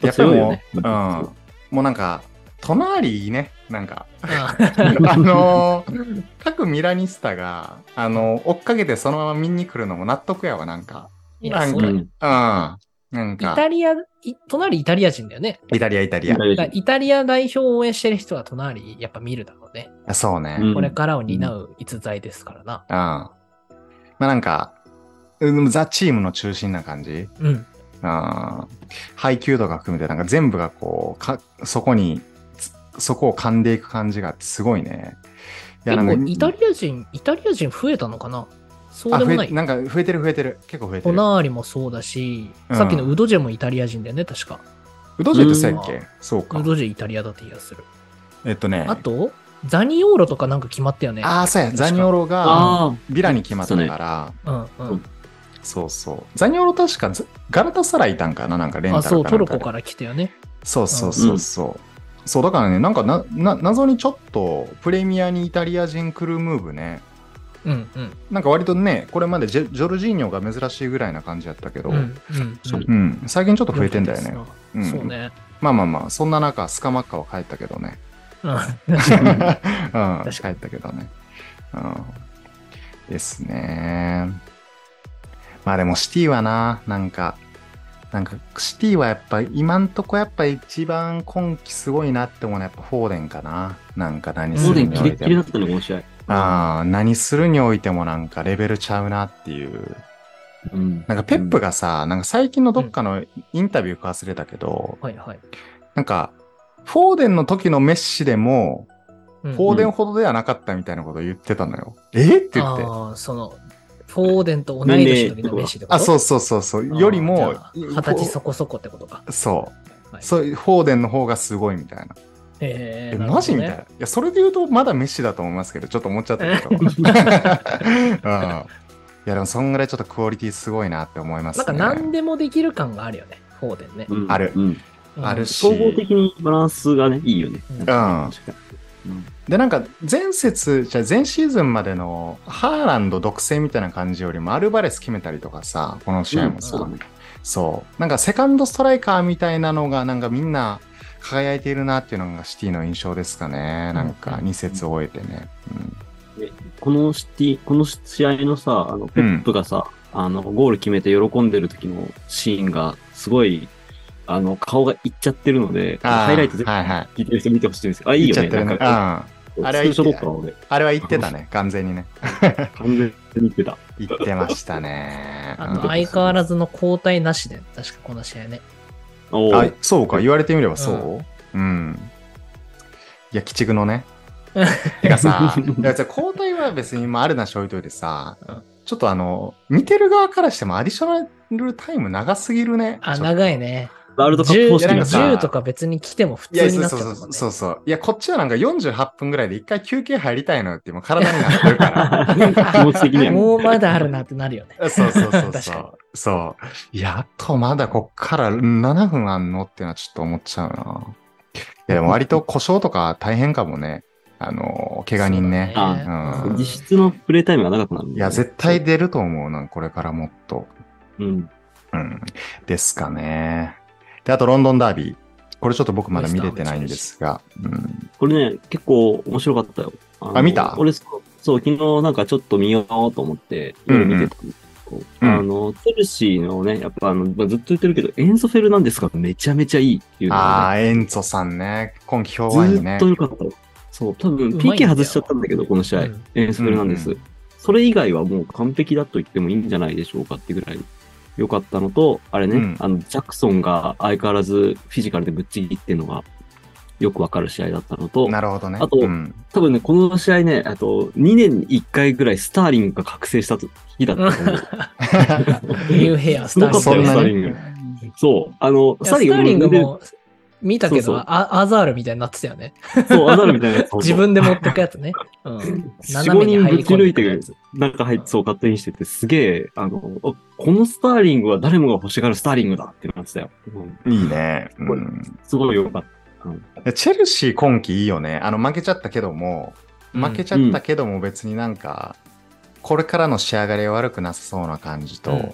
[SPEAKER 1] やっぱり
[SPEAKER 3] 強いよ
[SPEAKER 1] も
[SPEAKER 3] ね
[SPEAKER 1] う、うん。もうなんか、隣いいね。なんか、 <laughs>
[SPEAKER 2] う
[SPEAKER 1] あのー各ミラニスタが、あのー追っかけてそのまま見に来るのも納得やわ、なんか。
[SPEAKER 2] んい
[SPEAKER 1] な
[SPEAKER 2] や
[SPEAKER 1] ん
[SPEAKER 2] そ
[SPEAKER 1] か
[SPEAKER 2] うだよ
[SPEAKER 3] ん。
[SPEAKER 1] うん。なん
[SPEAKER 2] イ
[SPEAKER 1] か、
[SPEAKER 2] タリア、い隣イタリア人だよね。
[SPEAKER 1] イタリア、イタリア。
[SPEAKER 2] だからイタリア代表を応援してる人は隣、やっぱ見るだろうね。
[SPEAKER 1] そうね。
[SPEAKER 3] う
[SPEAKER 1] うん。
[SPEAKER 3] ん
[SPEAKER 2] これからを担う逸材ですからな。
[SPEAKER 1] まあなんか、うんザ・チームの中心な感じ。
[SPEAKER 2] うん。
[SPEAKER 1] あー配給とか含めてなんか全部がこうかそこにつそこを噛んでいく感じがあってすごいねや、なんか、
[SPEAKER 2] 結構イタリア人、イタリア人増えたのかなそうでも
[SPEAKER 1] あ増
[SPEAKER 2] な
[SPEAKER 1] え
[SPEAKER 2] い。
[SPEAKER 1] なんか増えてる増えてる。結構増えて
[SPEAKER 2] オ
[SPEAKER 1] る。
[SPEAKER 2] ナーリもそうだし、
[SPEAKER 1] うん
[SPEAKER 2] さっきのウドジェもイタリア人だよね、確か。
[SPEAKER 1] うどじってそうやっけ、
[SPEAKER 2] うん
[SPEAKER 1] そうか
[SPEAKER 2] ウ。ドジェイタリアだって気がする。
[SPEAKER 1] えっとね。
[SPEAKER 2] あと、ザニオーロとかなんか決まったよね。
[SPEAKER 1] ああ、そうや。
[SPEAKER 2] 確か
[SPEAKER 1] ザニオロが
[SPEAKER 3] あ
[SPEAKER 1] ビラに決まったから。
[SPEAKER 2] うんうん。
[SPEAKER 1] そうそう。ザニオロ確かずガラタサライいたんかななんかレンタ
[SPEAKER 2] あ、
[SPEAKER 1] ルかな
[SPEAKER 2] そ
[SPEAKER 1] ん
[SPEAKER 2] う、
[SPEAKER 1] か
[SPEAKER 2] トルコから来たよね。
[SPEAKER 1] そうそうそうそう。そうだからね、なんかなな謎にちょっとプレミアにイタリア人クルームーブね、
[SPEAKER 2] うんうん。
[SPEAKER 1] なんか割とね、これまでジェジョルジーニョが珍しいぐらいな感じやったけど、
[SPEAKER 2] う
[SPEAKER 1] うん
[SPEAKER 2] うんん
[SPEAKER 3] そう
[SPEAKER 1] 最近ちょっと増えてんだよね。。うん
[SPEAKER 2] そうね。
[SPEAKER 1] まあまあまあ、そんな中、スカマッカは帰ったけどね。
[SPEAKER 3] <laughs>
[SPEAKER 2] うん <laughs>
[SPEAKER 1] うん、
[SPEAKER 2] に
[SPEAKER 1] 帰ったけどね。うん。ですね。まあでもシティはな、なんか、なんかシティはやっぱ今んとこやっぱ一番今季すごいなって思うのはやっぱフォーデンかな。なんか何
[SPEAKER 3] あ、そ
[SPEAKER 1] す
[SPEAKER 3] う
[SPEAKER 1] るに
[SPEAKER 3] でキ
[SPEAKER 1] お
[SPEAKER 3] レ
[SPEAKER 1] い
[SPEAKER 3] ッ
[SPEAKER 1] て
[SPEAKER 3] キレだ
[SPEAKER 1] も。
[SPEAKER 3] ったのこの試合。
[SPEAKER 1] ああ、何するにおいてもなんかレベルちゃうなっていう。
[SPEAKER 3] うん。
[SPEAKER 1] なんかペップがさ、なんか最近のどっかのインタビューか忘れたけど、
[SPEAKER 2] はいはい。
[SPEAKER 1] なんかフォーデンの時のメッシでも、
[SPEAKER 2] フ
[SPEAKER 1] フォーデンほどではなかったみたいなことを言ってたのよ。えって言って。
[SPEAKER 2] ああ、その、フォーデンと同い年の時のメッシってこと。
[SPEAKER 1] あ、そううそうそうそう。
[SPEAKER 2] あー
[SPEAKER 1] よりも
[SPEAKER 2] じゃあ、二十歳そこそこってことか。
[SPEAKER 1] そう、
[SPEAKER 2] はい
[SPEAKER 1] そう。フォーデンの方がすごいみたいな。
[SPEAKER 2] え
[SPEAKER 1] え、マジみたいな。いや、それで言うとまだメッシだと思いますけど、ちょっと思っちゃった
[SPEAKER 2] <laughs>
[SPEAKER 1] けど。うん、いや、でもそんぐらいちょっとクオリティすごいなって思います
[SPEAKER 2] な
[SPEAKER 1] ね。
[SPEAKER 2] んか何でもできる感があるよね、フォーデンね。
[SPEAKER 3] うん
[SPEAKER 1] ある
[SPEAKER 3] うん
[SPEAKER 2] うん
[SPEAKER 1] あるし
[SPEAKER 3] 総合的にバランスがね、いいよね。
[SPEAKER 2] うん
[SPEAKER 3] なん
[SPEAKER 1] うん
[SPEAKER 3] か確かにうん
[SPEAKER 1] で、なんか前節、じゃあ前シーズンまでのハーランド独占みたいな感じよりもアルバレス決めたりとかさ、この試合もさ、
[SPEAKER 3] そうだね。
[SPEAKER 1] そう。なんかセカンドストライカーみたいなのが、なんかみんな輝いているなっていうのがシティの印象ですかね。なんか
[SPEAKER 2] うん
[SPEAKER 1] 2節終えてね。うん
[SPEAKER 3] このシティ、この試合のさ、あの、ペップがさ、あの、ゴール決めて喜んでる時のシーンが、すごい、あの、顔がいっちゃってるので、
[SPEAKER 1] あー
[SPEAKER 3] ハイライト全部
[SPEAKER 1] はいはい。
[SPEAKER 3] 聞いてる人見てほしいんですけど、あ、いい
[SPEAKER 1] っち
[SPEAKER 3] よ
[SPEAKER 1] ゃっ
[SPEAKER 3] ね。
[SPEAKER 1] てるね。
[SPEAKER 3] な
[SPEAKER 1] うんん。
[SPEAKER 3] か、
[SPEAKER 1] あ
[SPEAKER 3] こう
[SPEAKER 1] あれは
[SPEAKER 3] ス
[SPEAKER 1] 言って
[SPEAKER 3] クシ
[SPEAKER 1] た
[SPEAKER 3] ョ撮ったわ、俺。
[SPEAKER 1] れは言ってたね。完全にね。
[SPEAKER 3] 完全に言ってた。
[SPEAKER 1] 言ってましたね。
[SPEAKER 2] あ
[SPEAKER 1] う
[SPEAKER 2] と
[SPEAKER 1] ん
[SPEAKER 2] 相変わらずの交代なしで、確かこの試合ね。
[SPEAKER 3] お
[SPEAKER 1] あ
[SPEAKER 3] ー、
[SPEAKER 1] そうか。言われてみればそううん。いや、鬼畜のね。てか
[SPEAKER 2] <laughs>
[SPEAKER 1] さ、いやじゃあ交代は別にまああるなし置いといてさ
[SPEAKER 2] うん、
[SPEAKER 1] ちょっとあの、見てる側からしてもアディショナルタイム長すぎるね。
[SPEAKER 2] あ、
[SPEAKER 1] ちょっと
[SPEAKER 2] 長いね。
[SPEAKER 3] ワールドカップ
[SPEAKER 2] 10
[SPEAKER 3] 方
[SPEAKER 1] いや
[SPEAKER 3] 式
[SPEAKER 1] なん
[SPEAKER 3] の
[SPEAKER 1] か
[SPEAKER 3] さ
[SPEAKER 1] さ
[SPEAKER 2] 10とか別に来ても普
[SPEAKER 1] いや、
[SPEAKER 2] 通に
[SPEAKER 1] そう
[SPEAKER 2] なっち
[SPEAKER 1] そうそう
[SPEAKER 2] ゃったもんね。
[SPEAKER 1] そうそう。いや、こっちはなんか48分ぐらいで一回休憩入りたいのよって、もう体になってる
[SPEAKER 2] <laughs>
[SPEAKER 1] か
[SPEAKER 3] <laughs> 気持ち的に
[SPEAKER 1] <laughs>
[SPEAKER 3] はね。
[SPEAKER 2] もうまだあるなってなるよね。
[SPEAKER 1] ら。そうそうそう
[SPEAKER 2] 確
[SPEAKER 1] そ
[SPEAKER 2] かに
[SPEAKER 1] う。そう。いや、あとまだこっから7分あんのってのはちょっと思っちゃうな。いや、でも割と故障とか大変かもね。あの、怪我人ね。
[SPEAKER 3] あ
[SPEAKER 1] うん
[SPEAKER 3] 実質のプレイタイムが長くなるんだよね。
[SPEAKER 1] いや、絶対出ると思うな、これからもっと。
[SPEAKER 3] うん。
[SPEAKER 1] うん。ですかね。で、あとロンドンダービー。これちょっと僕まだ見れてないんですが。うん。
[SPEAKER 3] これね、結構面白かったよ。あの
[SPEAKER 1] あ見た
[SPEAKER 3] 俺そう、そう、昨日なんかちょっと見ようと思って、夜見てたんですけど、
[SPEAKER 1] うんうん
[SPEAKER 3] あの、チェルシーのね、やっぱあの、まあずっと言ってるけど、エンソフェルなんですがめちゃめちゃいいっていうの
[SPEAKER 1] あ
[SPEAKER 3] が
[SPEAKER 1] あ、エンツォさんね。今季
[SPEAKER 3] ね、
[SPEAKER 1] 評判いい
[SPEAKER 3] ず
[SPEAKER 1] ね
[SPEAKER 3] っ。と良かったよ。そう、多分
[SPEAKER 2] うまいんだよ
[SPEAKER 3] PK 外しちゃったんだけど、この試合、
[SPEAKER 2] うん
[SPEAKER 3] エンソフェルなんです、
[SPEAKER 1] うんうん
[SPEAKER 3] それ以外はもう完璧だと言ってもいいんじゃないでしょうかってぐらい良かったのと、あれね、
[SPEAKER 1] うん
[SPEAKER 3] あの、ジャクソンが相変わらずフィジカルでぶっちぎってるのがよくわかる試合だったのと、
[SPEAKER 1] なるほどね。
[SPEAKER 3] あと
[SPEAKER 1] うん、
[SPEAKER 3] 多分ね、この試合ね、あと、2年に1回ぐらいスターリングが覚醒した日だったと思う。
[SPEAKER 2] <laughs> ニューヘア、スターリング。
[SPEAKER 1] <laughs> そんな
[SPEAKER 3] スター
[SPEAKER 1] に
[SPEAKER 3] リングそう、あの、
[SPEAKER 2] いやスターリング
[SPEAKER 3] も
[SPEAKER 2] も見たけ
[SPEAKER 3] そう
[SPEAKER 2] ど
[SPEAKER 3] そう
[SPEAKER 2] ア、アザールみたいになってたよね。
[SPEAKER 3] う、そう、アザルみた
[SPEAKER 2] <laughs>
[SPEAKER 3] いなやつ。
[SPEAKER 2] 自分で持ってくやつね。うん。
[SPEAKER 3] 4、5人ぶち抜いて
[SPEAKER 2] く
[SPEAKER 3] る。なんか入って、そう、勝手にしてて、すげえ、あの、あこのスターリングは誰もが欲しがるスターリングだってなってたよ。うん
[SPEAKER 1] いいね、
[SPEAKER 3] これすごいよかっ
[SPEAKER 1] うんチェルシー今季いいよね。あの、負けちゃったけども、
[SPEAKER 2] うん
[SPEAKER 1] 負けちゃったけども別になんか、これからの仕上がりは悪くなさそうな感じと、
[SPEAKER 2] うん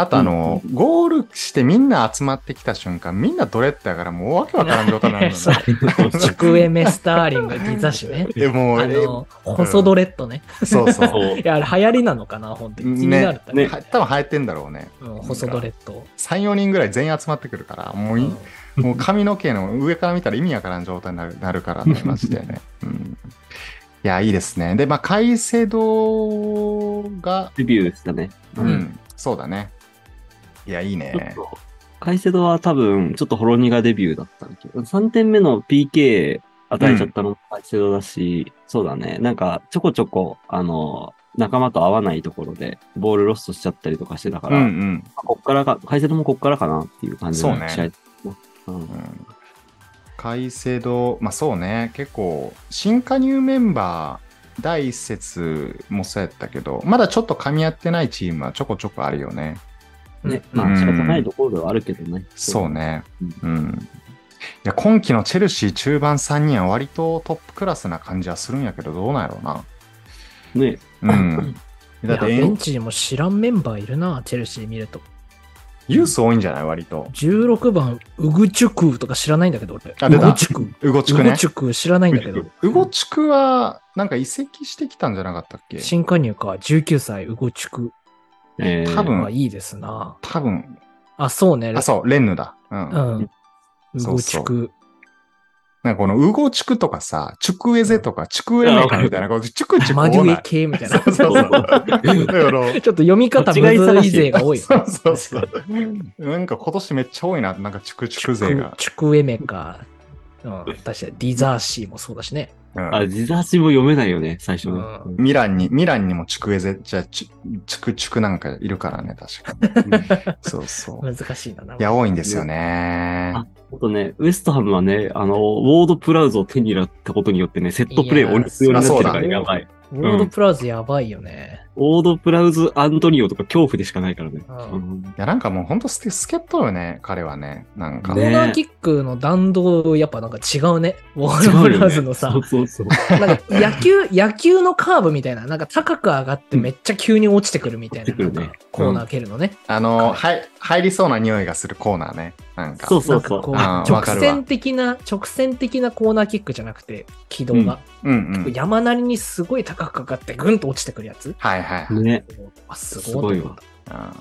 [SPEAKER 1] あとあの、ゴールしてみんな集まってきた瞬間、みんなドレッドやからもうわけわからん状態にな
[SPEAKER 3] <laughs>
[SPEAKER 1] る
[SPEAKER 2] <laughs> そう
[SPEAKER 1] のね。
[SPEAKER 3] た。
[SPEAKER 2] クエメスターリング、ギザシね。
[SPEAKER 1] でもう、
[SPEAKER 2] あの、細ドレッドね。
[SPEAKER 1] えそう <laughs> そ。
[SPEAKER 3] そうう
[SPEAKER 2] い。や、あれ流行りなのかな、本当に。気になる。
[SPEAKER 3] ね
[SPEAKER 1] は多分流行ってんだろうね。
[SPEAKER 2] うん、細ドレッド。
[SPEAKER 1] 3、4人ぐらい全員集まってくるから、もうい、
[SPEAKER 2] うん
[SPEAKER 1] もう髪の毛の上から見たら意味わからん状態になるなるからね、マジで
[SPEAKER 3] <laughs>
[SPEAKER 1] ね。うん、いや、いいですね。で、まあ、カイセドが、
[SPEAKER 3] デビューしたね。
[SPEAKER 1] う、
[SPEAKER 3] うんん。
[SPEAKER 1] そうだね。いや、いい
[SPEAKER 3] ちょっ
[SPEAKER 1] ね。
[SPEAKER 3] と、カイセドは多分、ちょっとほろ苦デビューだったんだけど、3点目の PK 与えちゃったのも大切だし、そうだね。なんか、ちょこちょこ、あの、仲間と合わないところで、ボールロストしちゃったりとかしてたか
[SPEAKER 1] う
[SPEAKER 3] ら、
[SPEAKER 1] んう
[SPEAKER 3] ま
[SPEAKER 1] ん。
[SPEAKER 3] あこっからか、解説もこっからかなっていう感じ
[SPEAKER 1] そうね
[SPEAKER 3] の試合。うん
[SPEAKER 1] うんカイセド、まあそうね、結構、新加入メンバー、第一節もそうやったけど、まだちょっと噛み合ってないチームはちょこちょこあるよね。
[SPEAKER 3] ね、
[SPEAKER 2] うん
[SPEAKER 3] まあ仕方ないところではあるけどね。
[SPEAKER 1] そう。ね。う
[SPEAKER 3] う
[SPEAKER 1] ん。いや、今季のチェルシー中盤3人は割とトップクラスな感じはするんやけど、どうなんやろう
[SPEAKER 3] ね、
[SPEAKER 1] な。うん。だって
[SPEAKER 2] <laughs> いや
[SPEAKER 1] え
[SPEAKER 2] ベ
[SPEAKER 1] ん
[SPEAKER 2] ン、チにも知らんメンバーいるな、チェルシー見ると。
[SPEAKER 1] ユース多いんじゃない割と。
[SPEAKER 2] 16番、ウグチュクとか知らないんだけど、俺。
[SPEAKER 1] あ出た
[SPEAKER 2] ウグチュク。ウ
[SPEAKER 1] ウゴチクね
[SPEAKER 2] グ。チュク知らないんだけど。
[SPEAKER 1] ウゴチクは、なんか移籍してきたんじゃなかったっけ
[SPEAKER 2] 新加入か、19歳、ウゴチュク。
[SPEAKER 3] えー
[SPEAKER 1] 多分
[SPEAKER 2] はいいですな。
[SPEAKER 1] 多分。
[SPEAKER 2] あ、そうね。
[SPEAKER 1] あ、そう、レンヌだ。うん。
[SPEAKER 2] うん。ウ
[SPEAKER 1] そう
[SPEAKER 2] ゴ
[SPEAKER 1] そ
[SPEAKER 2] チ
[SPEAKER 1] う
[SPEAKER 2] ク。
[SPEAKER 1] なんかこの、ウゴ地区とかさ、地区エゼとか、地区エメカみたいな、こう、地区地区
[SPEAKER 2] マデ
[SPEAKER 1] 多
[SPEAKER 2] ュ
[SPEAKER 1] な
[SPEAKER 2] エ
[SPEAKER 1] い。
[SPEAKER 2] 系みたい
[SPEAKER 1] <laughs> そ
[SPEAKER 2] な。
[SPEAKER 1] うそうそう。だから
[SPEAKER 2] <laughs> ちょっと読み方む
[SPEAKER 3] 間違い探
[SPEAKER 2] ずい
[SPEAKER 3] し
[SPEAKER 2] 勢が多い。
[SPEAKER 1] そうそうそう。なんか今年めっちゃ多いな、なんか地区地区勢が。
[SPEAKER 2] チュクエメか。うん、確かにディザーシーもそうだしね。
[SPEAKER 1] うん
[SPEAKER 3] あ、自殺も読めないよね、最初ね。
[SPEAKER 2] う
[SPEAKER 1] ミランに、ミランにも地区エゼ、じゃあ、ち地区地区なんかいるからね、確かに。そうそう。
[SPEAKER 2] 難しいな。
[SPEAKER 1] いや、多いんですよね。
[SPEAKER 3] ああとね、ウエストハムはね、あの、ウォード・プラウズを手に入れたことによってね、セットプレーを鬼強になってるから
[SPEAKER 2] いや
[SPEAKER 3] やばい。
[SPEAKER 2] ウォードプラズやばいよね。
[SPEAKER 3] ウォード・プラウズ・アントニオとか恐怖でしかないからね。
[SPEAKER 2] うん
[SPEAKER 3] うん
[SPEAKER 1] いや、なんかもうほんとスケスケットよね、彼はね。なんか。
[SPEAKER 2] コーナーキックの弾道、やっぱなんか違うね。ウォー
[SPEAKER 3] 違う
[SPEAKER 2] ド
[SPEAKER 3] よ
[SPEAKER 2] プ
[SPEAKER 3] ね
[SPEAKER 2] ラズのさ
[SPEAKER 3] そ、うそうそう。
[SPEAKER 2] なんか野球、野球のカーブみたいな、なんか高く上がってめっちゃ急に落ちてくるみたいな、
[SPEAKER 3] うん
[SPEAKER 2] なんかコーナー蹴るのね。
[SPEAKER 1] あの、はい、入りそうな匂いがするコーナーね。なんか。
[SPEAKER 3] そう
[SPEAKER 2] な
[SPEAKER 3] そ
[SPEAKER 2] ん
[SPEAKER 3] うそ
[SPEAKER 2] か
[SPEAKER 3] う
[SPEAKER 2] こ。う、
[SPEAKER 1] あーわ
[SPEAKER 2] 直
[SPEAKER 1] かるわ
[SPEAKER 2] 線的な、直線的なコーナーキックじゃなくて、軌道が、
[SPEAKER 1] うんうん。
[SPEAKER 2] 山なりにすごい高く上がってぐんと落ちてくるやつ。
[SPEAKER 1] はいはい。
[SPEAKER 3] ね。
[SPEAKER 2] あ、す
[SPEAKER 3] す
[SPEAKER 2] ご
[SPEAKER 3] ご
[SPEAKER 2] い
[SPEAKER 3] い
[SPEAKER 2] と思っ
[SPEAKER 3] わ
[SPEAKER 2] た。。
[SPEAKER 1] うん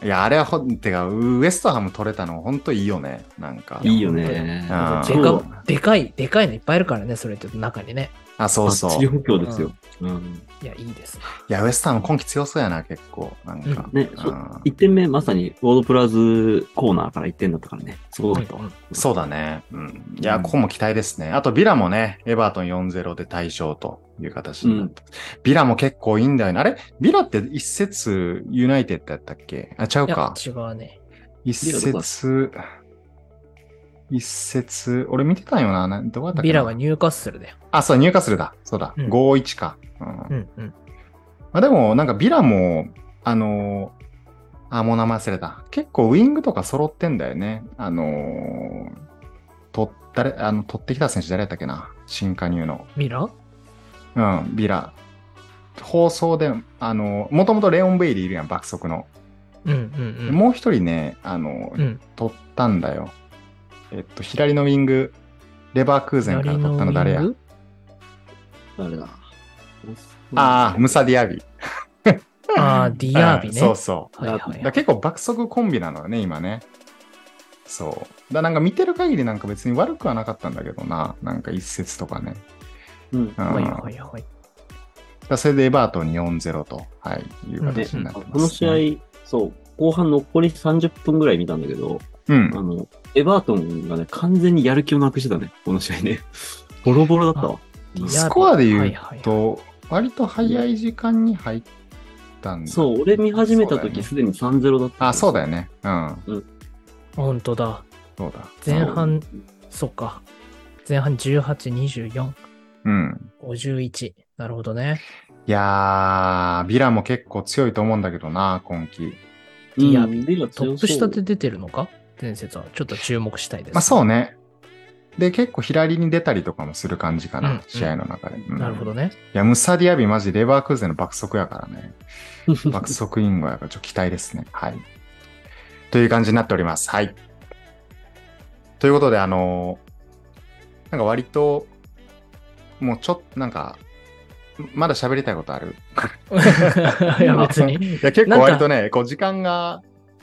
[SPEAKER 1] いや、あれはほん、てか、ウエストハム取れたの、ほんといいよね。なんか。
[SPEAKER 3] いいよね。
[SPEAKER 1] あ
[SPEAKER 2] で
[SPEAKER 1] ー
[SPEAKER 3] そう
[SPEAKER 2] か、でかい、でかいのいっぱいあるからね、それって中にね。
[SPEAKER 1] あ、そうそ
[SPEAKER 3] バッ
[SPEAKER 1] う。
[SPEAKER 3] チリ
[SPEAKER 1] い
[SPEAKER 3] 補強ですよ。うん
[SPEAKER 2] いや、いいですね。
[SPEAKER 1] や、ウエストハム今季強そうやな、結構。なんか。
[SPEAKER 3] ね
[SPEAKER 1] うん
[SPEAKER 3] そう1点目、まさにウォード・プラウズコーナーから1点だったからね。すごかったわ。
[SPEAKER 1] そうだね。うん。いや、
[SPEAKER 3] うん
[SPEAKER 1] ここも期待ですね。あと、ビラもね、エバートン4-0で大勝という形になった。ビラも結構いいんだよね。あれビラって一節ユナイテッドやったっけあ、ちゃう
[SPEAKER 2] いや
[SPEAKER 1] か。、
[SPEAKER 2] 違うね。
[SPEAKER 1] 一節、一節、俺見てたんよな。などうやったっけ
[SPEAKER 2] ビ
[SPEAKER 1] な
[SPEAKER 2] ラはニューカッスルだよ。
[SPEAKER 1] あ、そう、入荷するだ。そうだ。
[SPEAKER 2] うん
[SPEAKER 1] 5-1か。うん
[SPEAKER 2] うんうん。
[SPEAKER 1] まあ、でも、なんかビラも、あのーあ、もう名前忘れた。結構ウィングとか揃ってんだよね。あのーと、誰、あの、取ってきた選手誰やったっけな新加入の。
[SPEAKER 2] ビラ
[SPEAKER 1] うん、ビラ。放送で、あのー、もともとレオン・ベイリーいるやん、爆速の。
[SPEAKER 2] うんうんうん。
[SPEAKER 1] もう一人ね、あのー
[SPEAKER 2] うん、
[SPEAKER 1] 取ったんだよ。えっと、左のウィング、レバークーゼンから取ったの誰や
[SPEAKER 2] 左のウィング
[SPEAKER 3] 誰だ
[SPEAKER 1] ああ、ムサディアビ。
[SPEAKER 2] ああ、ディアービ
[SPEAKER 1] うん
[SPEAKER 2] ね。
[SPEAKER 1] そうそう。
[SPEAKER 2] はいはい
[SPEAKER 1] だ
[SPEAKER 2] は
[SPEAKER 1] から
[SPEAKER 2] い。
[SPEAKER 1] 結構爆速コンビなのよね、今ね。そう。だからなんか見てる限りなんか別に悪くはなかったんだけどな。なんか一節とかね。
[SPEAKER 3] うん
[SPEAKER 1] うん
[SPEAKER 2] はいはいはい。
[SPEAKER 1] だからそれでエバートンに4-0と、はい、いう
[SPEAKER 3] で
[SPEAKER 1] 形になってます、ね
[SPEAKER 3] この試合、そう、後半残り30分ぐらい見たんだけど、
[SPEAKER 1] うん
[SPEAKER 3] あ。の、エバートンがね、完全にやる気をなくしてたね、この試合ね。 <laughs> ボロボロだったわ。
[SPEAKER 2] ディアービ
[SPEAKER 1] スコアで言うと
[SPEAKER 2] はいはいはい
[SPEAKER 1] と、割と早い時間に入ったんだ。
[SPEAKER 3] そう、俺見始めた
[SPEAKER 1] そうだよね
[SPEAKER 3] 時すでに3-0だった。
[SPEAKER 1] あ、そうだ
[SPEAKER 3] よ。
[SPEAKER 1] よね。うん。
[SPEAKER 2] 本当だ。
[SPEAKER 1] そうだ。
[SPEAKER 2] 前半、そっか。前半18、24、
[SPEAKER 1] うん。
[SPEAKER 2] 51。なるほどね。
[SPEAKER 1] いやー、ビラも結構強いと思うんだけどな、今季。
[SPEAKER 3] うん
[SPEAKER 2] いや
[SPEAKER 3] ビラ
[SPEAKER 2] ト
[SPEAKER 3] 強そう
[SPEAKER 2] ップ下で出てるのか前節は。ちょっと注目したいです。
[SPEAKER 1] まあそうね。で、結構左に出たりとかもする感じかな、
[SPEAKER 2] うん
[SPEAKER 1] 試合の中で。うん
[SPEAKER 2] なるほ
[SPEAKER 1] <laughs>
[SPEAKER 2] どね。
[SPEAKER 1] いや、ムサディアビマジレバークーゼンの爆速やから
[SPEAKER 2] <laughs>
[SPEAKER 1] ね。爆速インゴやからちょっと期待ですね。はい。という感じになっております。はい。ということで、あのーなんか割と、もうちょっと、なんか、まだ喋りたいことある
[SPEAKER 2] いや、別に。
[SPEAKER 1] いや、結構割とね、こう時間が、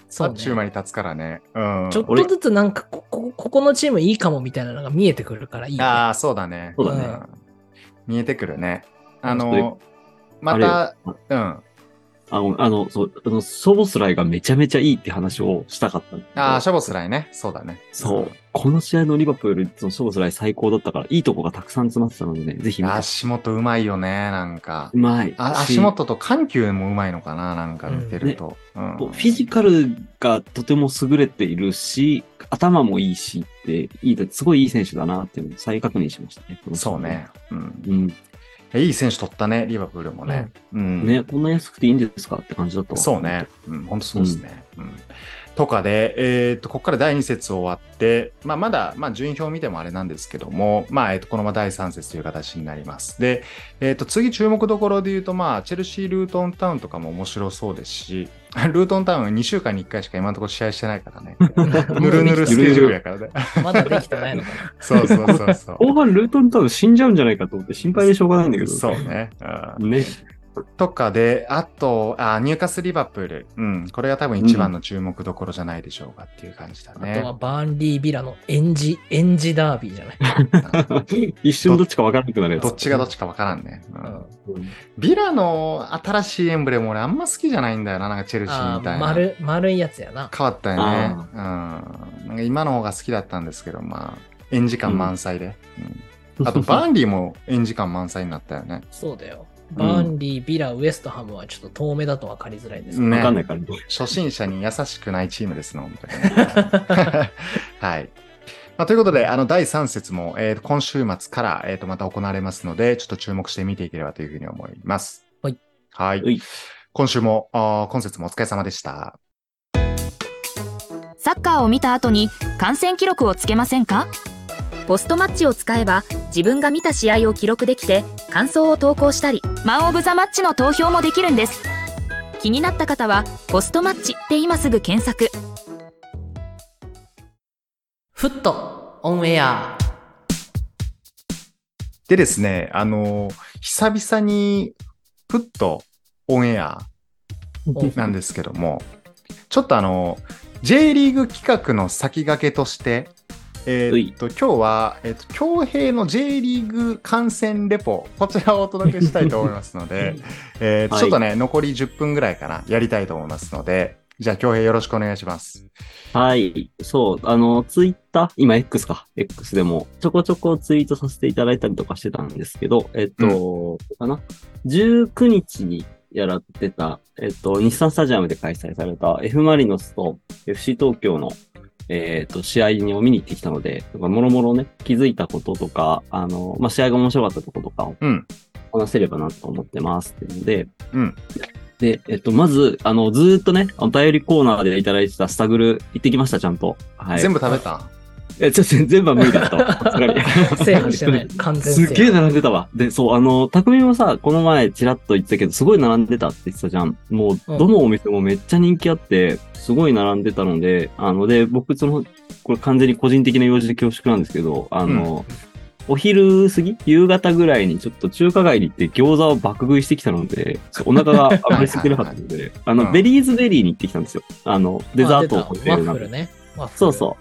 [SPEAKER 2] そ
[SPEAKER 1] あ
[SPEAKER 2] う
[SPEAKER 1] っ
[SPEAKER 2] ね
[SPEAKER 1] ちゅう間に経つからね。うん。
[SPEAKER 2] ちょっとずつなんかこ、こここのチームいいかもみたいなのが見えてくるからいい、ね。
[SPEAKER 1] ああ、そうだね。
[SPEAKER 3] そうだね
[SPEAKER 1] ん見えてくるね。あ
[SPEAKER 3] ちょっ
[SPEAKER 1] の、また、うん。
[SPEAKER 3] あの、あの、そう、あの、ソボスライがめちゃめちゃいいって話をしたかったんだけど
[SPEAKER 1] ああ、シャボスライね。そうだね。
[SPEAKER 3] そう。この試合のリバプール、そのソボスライ最高だったから、いいとこがたくさん詰まってたのでね、ぜひ見て
[SPEAKER 1] 足元うまいよね、なんか
[SPEAKER 3] う。まい。
[SPEAKER 1] あ
[SPEAKER 3] し
[SPEAKER 1] 足元と緩急もうまいのかな、なんか見てると。うん
[SPEAKER 3] こうフィジカルがとても優れているし、頭もいいしって、いい、すごいいい選手だなっていうのを再確認しましたね。この試合
[SPEAKER 1] そう。ね、うん。
[SPEAKER 3] うん。
[SPEAKER 1] いい選手取ったね、リバプールもね。うん
[SPEAKER 3] ね、こんな安くていいんですかって感じだったわ
[SPEAKER 1] そうね。。うん、本当そうですね。うんとかで、えー、とここから第2節終わって、まあ、まだ、まあ、順位表を見てもあれなんですけども、まあえー、とこのまま第3節という形になります。で、えー、と次注目どころで言うと、まあ、チェルシー・ルートンタウンとかも面白そうですし、 <laughs> ルートンタウン2週間に1回しか今のところ試合してないから <laughs> ね。ぬるぬるスケジュールやからね。
[SPEAKER 2] まだできてないのかな。
[SPEAKER 1] <laughs> そうそうそう <laughs> そう。
[SPEAKER 3] 後半ルートン多分死んじゃうんじゃないかと思って心配でしょうがないんだけど。
[SPEAKER 1] そうね。うん
[SPEAKER 3] ね。 <laughs>
[SPEAKER 1] とかで、あと、あ、入荷すリバプール。うん。これが多分一番の注目どころじゃないでしょうかっていう感じだ
[SPEAKER 2] あ
[SPEAKER 1] ね
[SPEAKER 2] と。はバーンリー・ビラのエンジ、エンジダービーじゃない。
[SPEAKER 3] 一瞬どっちかわからなくなるやつ。
[SPEAKER 1] どっちがどっ
[SPEAKER 3] ち
[SPEAKER 1] ちかわからんね、うん
[SPEAKER 2] うん
[SPEAKER 1] ビラの新しいエンブレム俺あんま好きじゃないんだよな。なんかチェルシー
[SPEAKER 2] あ
[SPEAKER 1] みた
[SPEAKER 2] ー
[SPEAKER 1] いな。
[SPEAKER 2] 丸、丸いやつやな。
[SPEAKER 1] 変わったよね。うん。なんか今の方が好きだったんですけど、まあ、演じ感満載で。
[SPEAKER 2] <laughs>
[SPEAKER 1] うんあと、バーンリーも演じ感満載になったよね。
[SPEAKER 2] そうだよ。バーンリー、ビラ、ウエストハムはちょっと遠目だと分かりづらいですけど
[SPEAKER 1] ね
[SPEAKER 3] わかんないからね。
[SPEAKER 1] 初心者に優しくないチームですの、本当に
[SPEAKER 2] <laughs>
[SPEAKER 1] ねはい。まあ、ということで、あの、第3節も、えー今週末から、えーと、また行われますので、ちょっと注目して見ていければというふうに思います。
[SPEAKER 2] はい。
[SPEAKER 1] はい。
[SPEAKER 3] はい
[SPEAKER 1] 今週も、あー今節もお疲れ様でした。
[SPEAKER 4] サッカーを見た後に観戦記録をつけませんかポストマッチを使えば自分が見た試合を記録できて感想を投稿したりマン・オブ・ザ・マッチの投票もできるんです気になった方は「ポストマッチ」で今すぐ検索
[SPEAKER 2] フットオンエア。
[SPEAKER 1] でですね、あの久々に、ふっとオンエアなんですけども、ちょっとあの、J リーグ企画の先駆けとして、えーっと、今日は、えーっと、京平の J リーグ観戦レポ、こちらをお届けしたいと思いますの
[SPEAKER 3] <laughs>
[SPEAKER 1] で、えーっと
[SPEAKER 3] はい
[SPEAKER 1] ちょっとね、残り10分ぐらいかな、やりたいと思いますので、じゃあ、京平よろしくお願いします。
[SPEAKER 3] はい。そう。あの、ツイッター、今 X か。X でも、ちょこちょこツイートさせていただいたりとかしてたんですけど、えっと、かな。19日にやらってた、えっと、日産スタジアムで開催された F マリノスと FC 東京の、えっと、試合を見に行ってきたので、もろもろね、気づいたこととか、あの、まあ、試合が面白かったとことかを
[SPEAKER 1] うん、
[SPEAKER 3] 話せればなと思ってます。っていうので、
[SPEAKER 1] うん、
[SPEAKER 3] で、えっと、まず、あの、ずーっとね、お便りコーナーでいただいてたスタグル行ってきました、ちゃんと。はい。
[SPEAKER 1] 全
[SPEAKER 3] 部。
[SPEAKER 1] 部食べた
[SPEAKER 3] え、ちょっと全部は無理だと。さすがに
[SPEAKER 2] 制覇して
[SPEAKER 1] <laughs>
[SPEAKER 2] ない。完全制
[SPEAKER 3] すっげえ
[SPEAKER 2] 覇。
[SPEAKER 3] 並んでたわ。で、そう、あの、匠もさ、この前ちらっと言ってたけど、すごい並んでたって言ってたじゃん。もう、
[SPEAKER 2] うん
[SPEAKER 3] どのお店もめっちゃ人気あって、すごい並んでたので、あの、で、僕、その、これ完全に個人的な用事で恐縮なんですけど、あの、お昼過ぎ夕方ぐらいにちょっと中華街に行って餃子を爆食いしてきたので、お腹があぶれすぎてなかった
[SPEAKER 2] <laughs>
[SPEAKER 3] ので、あ
[SPEAKER 1] う
[SPEAKER 3] の、
[SPEAKER 1] ん
[SPEAKER 3] ベリーズベリーに行ってきたんですよ。あの、デザートを
[SPEAKER 2] あ出た
[SPEAKER 3] 食べ
[SPEAKER 2] ワ
[SPEAKER 3] る
[SPEAKER 2] ッ
[SPEAKER 3] な
[SPEAKER 2] フルね。ワッフル
[SPEAKER 3] そうそう。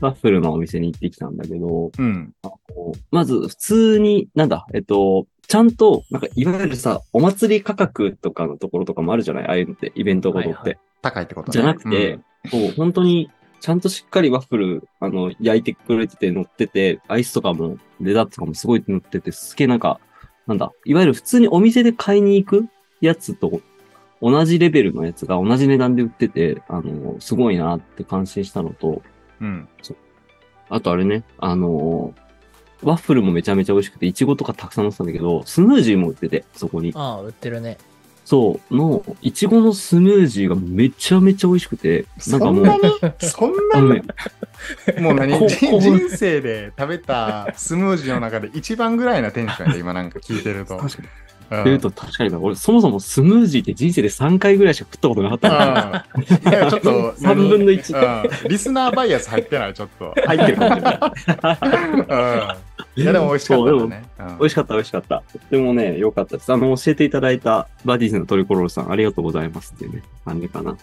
[SPEAKER 3] ワッフルのお店に行ってきたんだけど、
[SPEAKER 1] うん、
[SPEAKER 3] こうまず普通に、なんだ、えっと、ちゃんと、なんかいわゆるさ、お祭り価格とかのところとかもあるじゃないああいうのって、イベントごとって。
[SPEAKER 2] はいはい
[SPEAKER 1] 高いってことね
[SPEAKER 3] じゃなくて、こう本当に、ちゃんとしっかりワッフル、あの、焼いてくれてて、乗ってて、アイスとかも、デザートとかもすごい乗ってて、すげえなんか、なんだ、いわゆる普通にお店で買いに行くやつと、同じレベルのやつが同じ値段で売ってて、あの、すごいなって感心したのと、
[SPEAKER 1] うん、
[SPEAKER 3] あとあれね、あのーワッフルもめちゃめちゃ美味しくて、いちごとかたくさん乗ってたんだけど、スムージーも売ってて、そこに。
[SPEAKER 2] ああ、売ってるね。
[SPEAKER 3] そう、の、いちごのスムージーがめちゃめちゃ美味しくて、なんか
[SPEAKER 1] そ
[SPEAKER 3] も
[SPEAKER 1] ん
[SPEAKER 3] う、
[SPEAKER 1] なにそんな
[SPEAKER 3] あの
[SPEAKER 1] に
[SPEAKER 3] ね
[SPEAKER 1] もう何
[SPEAKER 3] こう
[SPEAKER 1] 人人生で食べたスムージーの中で一番ぐらいなテンションやで、今なんか聞いてると。
[SPEAKER 3] 確かに。
[SPEAKER 1] うん
[SPEAKER 3] 言うと確かにな、俺そもそもスムージーって人生で3回ぐらいしか食ったことなかったから。
[SPEAKER 1] うんいやちょっと、
[SPEAKER 3] 3分の1。
[SPEAKER 1] うんリスナーバイアス入ってない、ちょっと。
[SPEAKER 3] 入ってるかもしれない。
[SPEAKER 1] うんいや、でも美味しかったんだね。うん
[SPEAKER 3] 美味しかった、美味しかった。とってもね、良かったです。あの、教えていただいたバディーズのトリコロールさん、ありがとうございますっていうね、感じかな。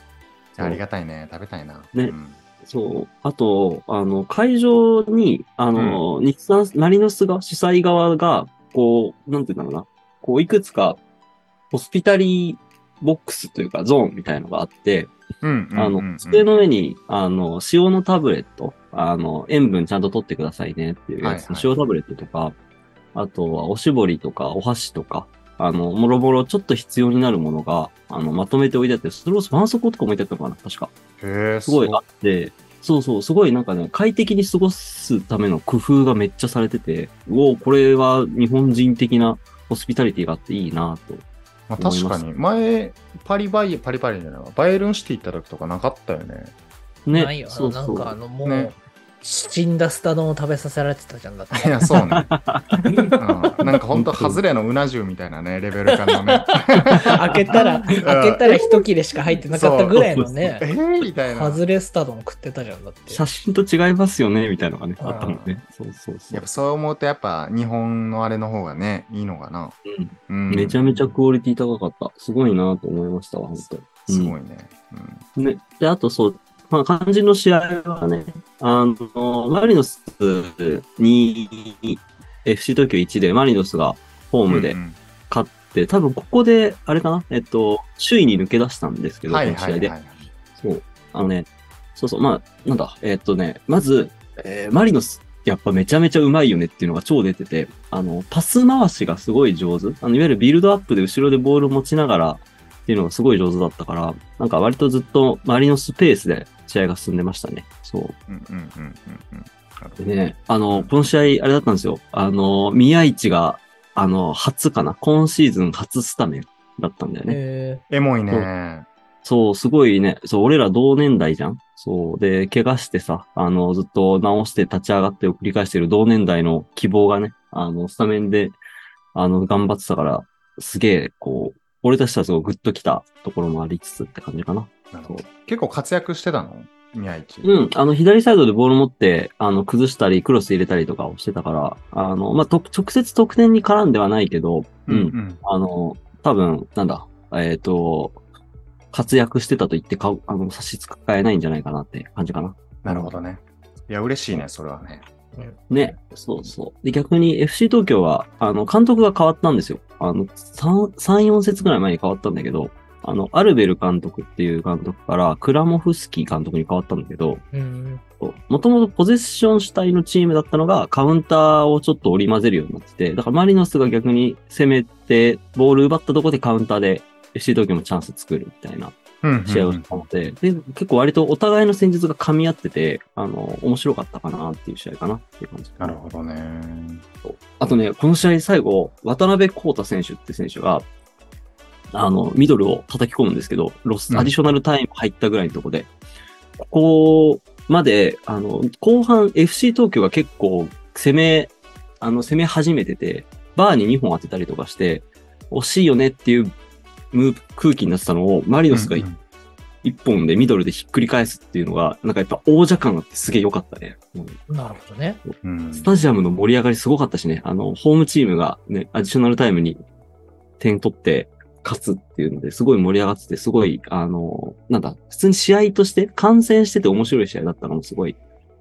[SPEAKER 1] ありがたいね。食べたいな。
[SPEAKER 3] ね
[SPEAKER 1] うん
[SPEAKER 3] そう。あと、あの、会場に、あの、日産、マリノス側、主催側が、こう、なんて言うんだろうな、こう、いくつか、ホスピタリボックスというかゾーンみたいのがあって、
[SPEAKER 1] うんうん
[SPEAKER 3] あ
[SPEAKER 1] うんうん
[SPEAKER 3] の、机の上に、あの、塩のタブレット、あの、塩分ちゃんと取ってくださいねっていうやつの
[SPEAKER 1] はいはい
[SPEAKER 3] 塩タブレットとか、あとはおしぼりとかお箸とか、あの、もろもろちょっと必要になるものが、あの、まとめて置いてあって、それを絆創膏とかも置いてあったのかな確か。
[SPEAKER 1] へえ、
[SPEAKER 3] すごい
[SPEAKER 1] そう
[SPEAKER 3] あって、そうそう、すごいなんかね、快適に過ごすための工夫がめっちゃされてて、うおこれは日本人的なホスピタリティがあっていいなと。
[SPEAKER 1] まあ、
[SPEAKER 3] 思い
[SPEAKER 1] 確
[SPEAKER 3] ま
[SPEAKER 1] か
[SPEAKER 3] す
[SPEAKER 1] に、前、パリバイ、パリバイじゃないわ、バイエルンシティ行った時とかなかったよね。 <laughs>
[SPEAKER 3] ね、
[SPEAKER 2] ないよな。
[SPEAKER 3] そう
[SPEAKER 2] なん
[SPEAKER 3] そう。
[SPEAKER 2] かあの、もう、
[SPEAKER 1] ね
[SPEAKER 2] 死んだスタ丼を食べさせられてたじゃんだって。
[SPEAKER 1] いや、そうね。うん、なんか本当、ハズレのうな重みたいなね、レベル感の
[SPEAKER 3] <laughs>
[SPEAKER 1] ね。
[SPEAKER 2] 開けたら、開けたら一切れしか入ってなかったぐらいの
[SPEAKER 1] え
[SPEAKER 2] ね、
[SPEAKER 1] ー、みたいな
[SPEAKER 2] ハ。ズレスタ丼食ってたじゃんだって。
[SPEAKER 3] 写真と違いますよね、みたいなのがね、
[SPEAKER 2] うん
[SPEAKER 3] あったのね。そうそうそ
[SPEAKER 1] やっ
[SPEAKER 3] う
[SPEAKER 1] ぱ。そう思うと、やっぱ日本のあれの方がね、いいのかな。うん
[SPEAKER 3] めちゃめちゃクオリティ高かった。すごいなと思いましたわ、本当
[SPEAKER 1] すごいね。うん
[SPEAKER 3] ね、で、あとそう、まあ、肝心の試合はね、あの、マリノスに FC 東京1でマリノスがホームで
[SPEAKER 1] うん
[SPEAKER 3] 勝って、多分ここで、あれかな、えっと、首位に抜け出したんですけ
[SPEAKER 1] うん
[SPEAKER 3] ど、
[SPEAKER 1] はい
[SPEAKER 3] この
[SPEAKER 1] は
[SPEAKER 3] 試合
[SPEAKER 1] い
[SPEAKER 3] で
[SPEAKER 1] は。い。
[SPEAKER 3] そう。あのね、そうそう、まあ、なんだ、えっとね、まず、えーマリノス、やっぱめちゃめちゃうまいよねっていうのが超出てて、あの、パス回しがすごい上手。あの、いわゆるビルドアップで後ろでボールを持ちながらっていうのがすごい上手だったから、なんか割とずっとマリノスペースで試合が進んでましたね。そう。
[SPEAKER 1] うんうんうんうんうんなるほど
[SPEAKER 3] でね、あの、この試合、あれだったんですよ。あの、宮市が、あの、初かな。今シーズン初スタメンだったんだよね。
[SPEAKER 2] え
[SPEAKER 1] エモいね
[SPEAKER 3] そ。そう、すごいね。そう、俺ら同年代じゃんそう。で、怪我してさ、あの、ずっと直して立ち上がってを繰り返してる同年代の希望がね、あの、スタメンで、あの、頑張ってたから、すげえ、こう、俺たちとはすごいグッときたところもありつつって感じかな。
[SPEAKER 1] なるほど結構活躍してたの宮市。
[SPEAKER 3] うん、あの、左サイドでボール持って、あの、崩したり、クロス入れたりとかをしてたから、あの、まあ、と直接得点に絡んではないけど、うん、
[SPEAKER 1] ん。
[SPEAKER 3] あの、多分、なんだ、えっ、と、活躍してたと言ってかあの差し支えないんじゃないかなって感じかな。
[SPEAKER 1] なるほどね。いや、嬉しいね、それはね。
[SPEAKER 3] ね、そうそう。で、逆に FC 東京は、あの、監督が変わったんですよ。あの、3、3 4節ぐらい前に変わったんだけど、あの、アルベル監督っていう監督から、クラモフスキー監督に変わったんだけど、
[SPEAKER 2] ー、うん。
[SPEAKER 3] もともとポゼッション主体のチームだったのが、カウンターをちょっと織り交ぜるようになってて、だからマリノスが逆に攻めて、ボール奪ったとこでカウンターで FC 東京もチャンス作るみたいな
[SPEAKER 1] うん
[SPEAKER 3] 試合をしたので、で、結構割とお互いの戦術が噛み合ってて、あの、面白かったかなっていう試合かなっていう感じ。
[SPEAKER 1] なるほどね。
[SPEAKER 3] あとね、この試合最後、渡辺康太選手って選手が、あの、ミドルを叩き込むんですけど、ロ
[SPEAKER 1] う
[SPEAKER 3] ス、
[SPEAKER 1] ん
[SPEAKER 3] アディショナルタイム入ったぐらいのとこで、ここまで、あの、後半 FC 東京が結構攻め、あの、攻め始めてて、バーに2本当てたりとかして、惜しいよねっていうムーブ空気になってたのを、マリノスが
[SPEAKER 1] うんうん
[SPEAKER 3] 1本でミドルでひっくり返すっていうのが、なんかやっぱ王者感があってすげえ良かったね。うん
[SPEAKER 2] なるほどね。
[SPEAKER 1] うん
[SPEAKER 3] スタジアムの盛り上がりすごかったしね、あの、ホームチームがね、アディショナルタイムに点取って勝つっていうので、すごい盛り上がってて、すごい、あの、なんだ、普通に試合として、観戦してて面白い試合だったのもすごい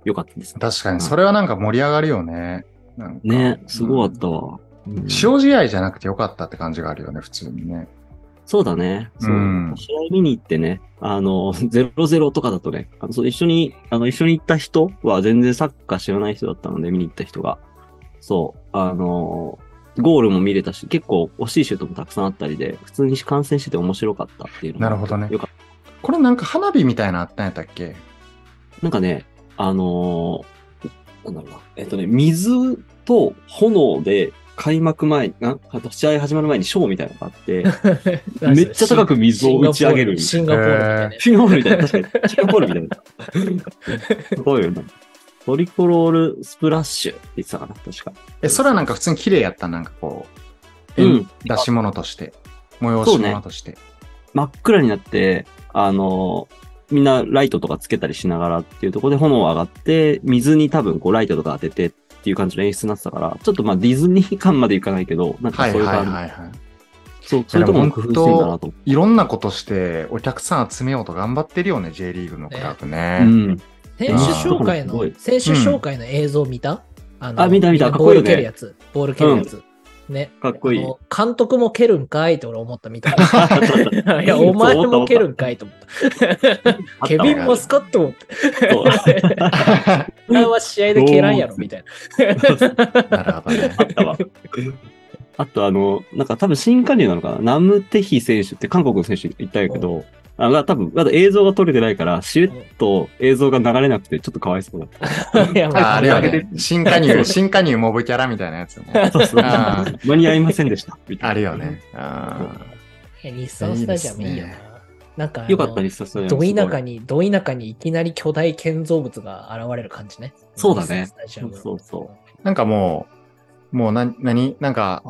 [SPEAKER 3] 良かったですね。
[SPEAKER 1] 確かに、それはなんか盛り上がるよね。なんか
[SPEAKER 3] ね、すごかったわ。うん
[SPEAKER 1] 塩試合じゃなくてよかったって感じがあるよね、普通にね。
[SPEAKER 3] そうだね。そう
[SPEAKER 1] うん
[SPEAKER 3] 試合見に行ってね、あの、0-0とか <laughs> だとね、あのそう一緒に、あの、一緒に行った人は全然サッカー知らない人だったので、見に行った人が。そう、あの、ゴールも見れたし、結構惜しいシュートもたくさんあったりで、普通に観戦してて面白かったっていうのが
[SPEAKER 1] なるほどね
[SPEAKER 3] よかっ。
[SPEAKER 1] これなんか花火みたいなのあったんやったっけ
[SPEAKER 3] なんかね、あのーなんだろうな、えっとね、水と炎で開幕前、なあと試合始まる前にショーみたいなのがあって、
[SPEAKER 1] <laughs>
[SPEAKER 3] めっちゃ高く水を打ち上げる
[SPEAKER 2] シンガポールみたいなね。
[SPEAKER 3] シンガポールみたいな、確かに。シンガポールみたいな。すごいよね。トリコロールスプラッシュって言ってたかな、確か。
[SPEAKER 1] え、それはなんか普通に綺麗やった、なんかこう、え
[SPEAKER 3] うん。
[SPEAKER 1] 出し物として、催し物として。
[SPEAKER 3] 真っ暗になって、あの、みんなライトとかつけたりしながらっていうところで炎上がって、水に多分こうライトとか当ててっていう感じの演出になってたから、ちょっとまあディズニー感までいかないけど、なんか
[SPEAKER 1] はい
[SPEAKER 3] そう
[SPEAKER 1] はい
[SPEAKER 3] いう
[SPEAKER 1] は
[SPEAKER 3] 感
[SPEAKER 1] い
[SPEAKER 3] じ。
[SPEAKER 1] はい。
[SPEAKER 3] そう、そういうところも工夫してんだなと。
[SPEAKER 1] いろんなことして、お客さん集めようと頑張ってるよね、J リーグのクラブ
[SPEAKER 3] う
[SPEAKER 1] ね。
[SPEAKER 3] ん。
[SPEAKER 2] 選手紹介の
[SPEAKER 3] あー、
[SPEAKER 2] 選手紹介の映像見たあの
[SPEAKER 3] あ見た見た
[SPEAKER 2] みんな
[SPEAKER 3] かっこいいよね
[SPEAKER 2] ボール蹴るやつ。ボール蹴るやつ。ね。
[SPEAKER 3] かっこいい
[SPEAKER 2] あの監督も蹴るんかいって俺思ったみたい
[SPEAKER 3] そう <laughs>
[SPEAKER 2] な。いや、お前も蹴るんかいと思った。ケビン・マスカットもって、
[SPEAKER 3] そ
[SPEAKER 1] <laughs>
[SPEAKER 3] う
[SPEAKER 2] お前は試合で蹴らんやろみたいな。
[SPEAKER 1] <laughs> なるほどね
[SPEAKER 3] あ。ったわ。 <laughs> あとあの、なんか多分新加入なのかなナムテヒ選手って韓国の選手いたんやけど、あが多分まだ映像が撮れてないから、しれっと映像が流れなくてちょっとかわいそうだった。
[SPEAKER 2] いやま
[SPEAKER 1] ああれよね
[SPEAKER 3] 上。
[SPEAKER 1] 新加入、新加入モブキャラみたいなやつね。
[SPEAKER 3] そうそう
[SPEAKER 1] あ
[SPEAKER 3] <laughs> 間に合いませんでした。みたいな
[SPEAKER 1] あるよね。あ
[SPEAKER 2] いや日産スタジアムいい
[SPEAKER 1] い
[SPEAKER 2] よな。
[SPEAKER 1] いです
[SPEAKER 2] なんかあの、
[SPEAKER 3] よかったです、それ
[SPEAKER 2] ど田舎に、ど田舎にいきなり巨大建造物が現れる感じね。
[SPEAKER 3] そうだね
[SPEAKER 2] 日産スタジアムの
[SPEAKER 3] そうそう
[SPEAKER 1] ーなんかもう、もうな、なになんか、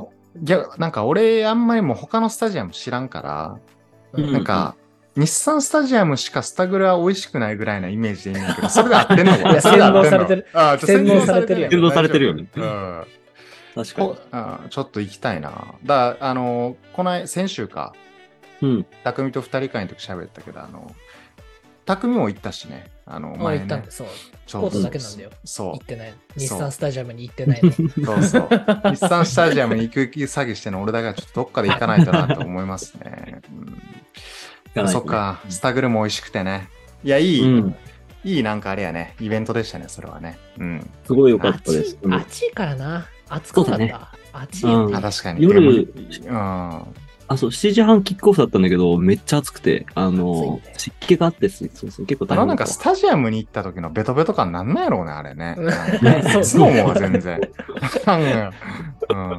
[SPEAKER 1] いや、なんか俺、あんまりもう他のスタジアム知らんから、
[SPEAKER 3] うん
[SPEAKER 1] なんか、日産スタジアムしかスタグルは美味しくないぐらいなイメージでいいんだけど、それで合ってんの
[SPEAKER 2] いや
[SPEAKER 1] それで合ってんの
[SPEAKER 2] 洗脳されてる
[SPEAKER 1] あーちょ
[SPEAKER 2] 洗脳されてるよ
[SPEAKER 1] 洗
[SPEAKER 3] 洗脳されてるよね
[SPEAKER 1] 大丈夫うん
[SPEAKER 3] 確かに
[SPEAKER 1] こ。あーちょっと行きたいな。だあの、この先週か、
[SPEAKER 3] うん。
[SPEAKER 1] 匠と二人会の時喋ったけど、あの、匠も行ったしね。あの、
[SPEAKER 2] まあ
[SPEAKER 1] 前
[SPEAKER 2] 行
[SPEAKER 1] ね
[SPEAKER 2] ったんで、そう。
[SPEAKER 1] ちょ
[SPEAKER 2] コートだけなんだよ
[SPEAKER 1] そ
[SPEAKER 2] 行
[SPEAKER 1] う
[SPEAKER 2] っ。てないの。
[SPEAKER 1] う
[SPEAKER 2] 日産スタジアムに行ってないの。
[SPEAKER 1] そうそう。日産スタジアムに行く気詐欺してるの俺だからちょっとどっかで行かないとなと思いますね。うん、そっ。か、スタグルも美味しくてね。いや、いい、
[SPEAKER 3] うん
[SPEAKER 1] いいなんかあれやね、イベントでしたね、それはね。うん。
[SPEAKER 3] すごい良かった
[SPEAKER 2] 暑
[SPEAKER 3] です
[SPEAKER 2] い。
[SPEAKER 3] うん
[SPEAKER 2] 暑いからな。暑かった。
[SPEAKER 3] そうだね
[SPEAKER 2] 暑いよ
[SPEAKER 3] うん
[SPEAKER 1] あ
[SPEAKER 2] ね。
[SPEAKER 1] 確かに。
[SPEAKER 3] 夜
[SPEAKER 1] でもうん。
[SPEAKER 3] あ、そう、7時半キックオフだったんだけど、めっちゃ暑くて、あの
[SPEAKER 2] 暑いね、
[SPEAKER 3] 湿気があってですね、そうそう、結構
[SPEAKER 1] あ
[SPEAKER 3] 大
[SPEAKER 1] の
[SPEAKER 3] 変
[SPEAKER 1] な
[SPEAKER 3] だ
[SPEAKER 1] ん
[SPEAKER 3] っ
[SPEAKER 1] か
[SPEAKER 3] た
[SPEAKER 1] スタジアムに行った時のベトベト感なんなんやろうね、あれ
[SPEAKER 3] <laughs>
[SPEAKER 1] ね。
[SPEAKER 2] <laughs> そう
[SPEAKER 1] いつも思うわ、全然。なんかうん。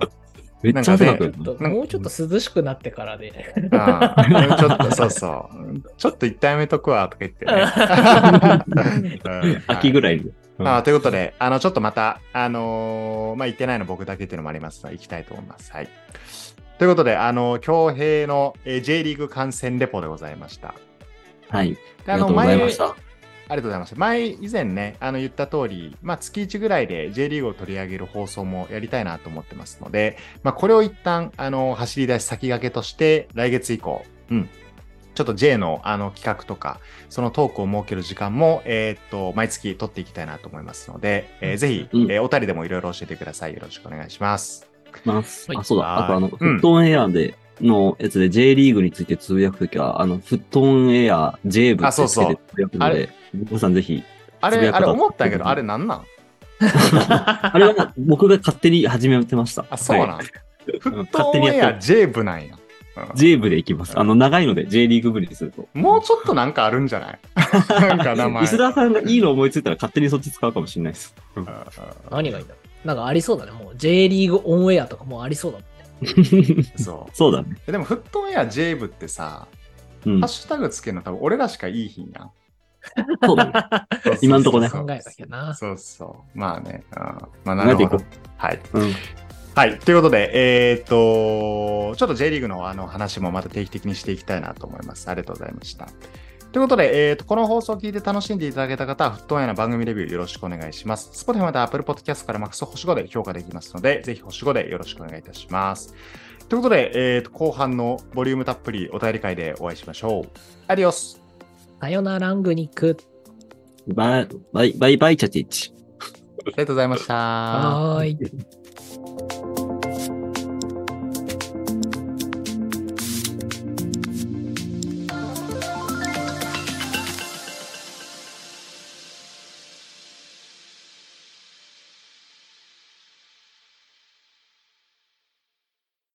[SPEAKER 3] めっちゃ暑かったよ
[SPEAKER 2] ちょっともうちょっと涼しくなってからで。
[SPEAKER 1] うんちょっと、そうそう。ちょっと一旦やめとくわ、とか言
[SPEAKER 3] <laughs>
[SPEAKER 1] ってね。うん
[SPEAKER 3] 秋ぐらいに。うん
[SPEAKER 1] あーということで、あの、ちょっとまた、あのーまあ、行ってないの僕だけっていうのもありますが、行きたいと思います。はい。ということで、あの、京平の、えー J リーグ観戦レポでございました。
[SPEAKER 3] はい。
[SPEAKER 1] で
[SPEAKER 3] ありがとうございまし
[SPEAKER 1] 前
[SPEAKER 3] た。
[SPEAKER 1] ありがとうございます。前、以前ね、あの、言った通り、まあ、月1ぐらいで J リーグを取り上げる放送もやりたいなと思ってますので、まあ、これを一旦、あの、走り出し先駆けとして、来月以降、うん。ちょっと J のあの企画とか、そのトークを設ける時間も、えーっと、毎月取っていきたいなと思いますので、えーぜひ、
[SPEAKER 3] うん
[SPEAKER 1] えーおたりでもいろいろ教えてください。よろしくお願いします。
[SPEAKER 3] ます
[SPEAKER 2] はい
[SPEAKER 3] あ、そうだ。あと、あの、
[SPEAKER 1] はい
[SPEAKER 3] フットオンエアで、のやつで J リーグについてつぶやくときは、あの、フットオンエア J 部
[SPEAKER 1] あ
[SPEAKER 3] って
[SPEAKER 1] そう
[SPEAKER 3] つ
[SPEAKER 1] そう
[SPEAKER 3] けてつぶやく
[SPEAKER 1] あ
[SPEAKER 3] の
[SPEAKER 1] れ
[SPEAKER 3] で、皆さん
[SPEAKER 1] <laughs>
[SPEAKER 3] ぜひ。
[SPEAKER 1] あ
[SPEAKER 3] つぶ
[SPEAKER 1] れ、
[SPEAKER 3] やく
[SPEAKER 1] あ
[SPEAKER 3] と
[SPEAKER 1] れ思ったんやけど、あれなんなん
[SPEAKER 3] あれは僕が勝手に始めてました。
[SPEAKER 1] あ、そうなん、
[SPEAKER 3] はい
[SPEAKER 1] フット
[SPEAKER 3] 勝手
[SPEAKER 1] オ
[SPEAKER 3] に
[SPEAKER 1] ン
[SPEAKER 3] や
[SPEAKER 1] エ
[SPEAKER 3] ってる
[SPEAKER 1] ア J 部なんや。うん
[SPEAKER 3] J 部でいきます。あの、長いので J リーグ部にすると。
[SPEAKER 1] もうちょっとなんかあるんじゃ
[SPEAKER 3] <laughs>
[SPEAKER 1] ないなんか名前。
[SPEAKER 3] リスナーさんがいいの思いついたら勝手にそっち使うかもしれないです。 <laughs>
[SPEAKER 2] 何がいいんだろうなんかありそうだね。もう J リーグオンエアとかもうありそうだもん。
[SPEAKER 1] そ
[SPEAKER 3] そうだね
[SPEAKER 1] う。。えでも、フットウェア J 部ってさ、 <laughs>
[SPEAKER 3] うん
[SPEAKER 1] ハッ。シュタグつけるの多分俺らしかいい日やん。
[SPEAKER 3] そうだね。今んとこね
[SPEAKER 2] 考えなきゃな
[SPEAKER 1] そうそう。まあね。うんまあ、な
[SPEAKER 3] 考
[SPEAKER 1] る
[SPEAKER 3] えてい
[SPEAKER 1] ほ
[SPEAKER 3] こ
[SPEAKER 1] ど。はい。
[SPEAKER 3] う。うん。
[SPEAKER 1] はい。ということで、えーっと、ちょっと J リーグのあの話もまた定期的にしていきたいなと思います。ありがとうございました。ということで、えーっと、この放送を聞いて楽しんでいただけた方は、フットウェアの番組レビューよろしくお願いします。Spotify また Apple Podcast からマックス星5で評価できますので、ぜひ星5でよろしくお願いいたします。ということで、えーっと、後半のボリュームたっぷりお便り会でお会いしましょう。アディオス
[SPEAKER 2] さよならングニック。
[SPEAKER 3] バイ、バイ、バイ、バイチャティッチ。
[SPEAKER 1] ありがとうございました。
[SPEAKER 2] はーい。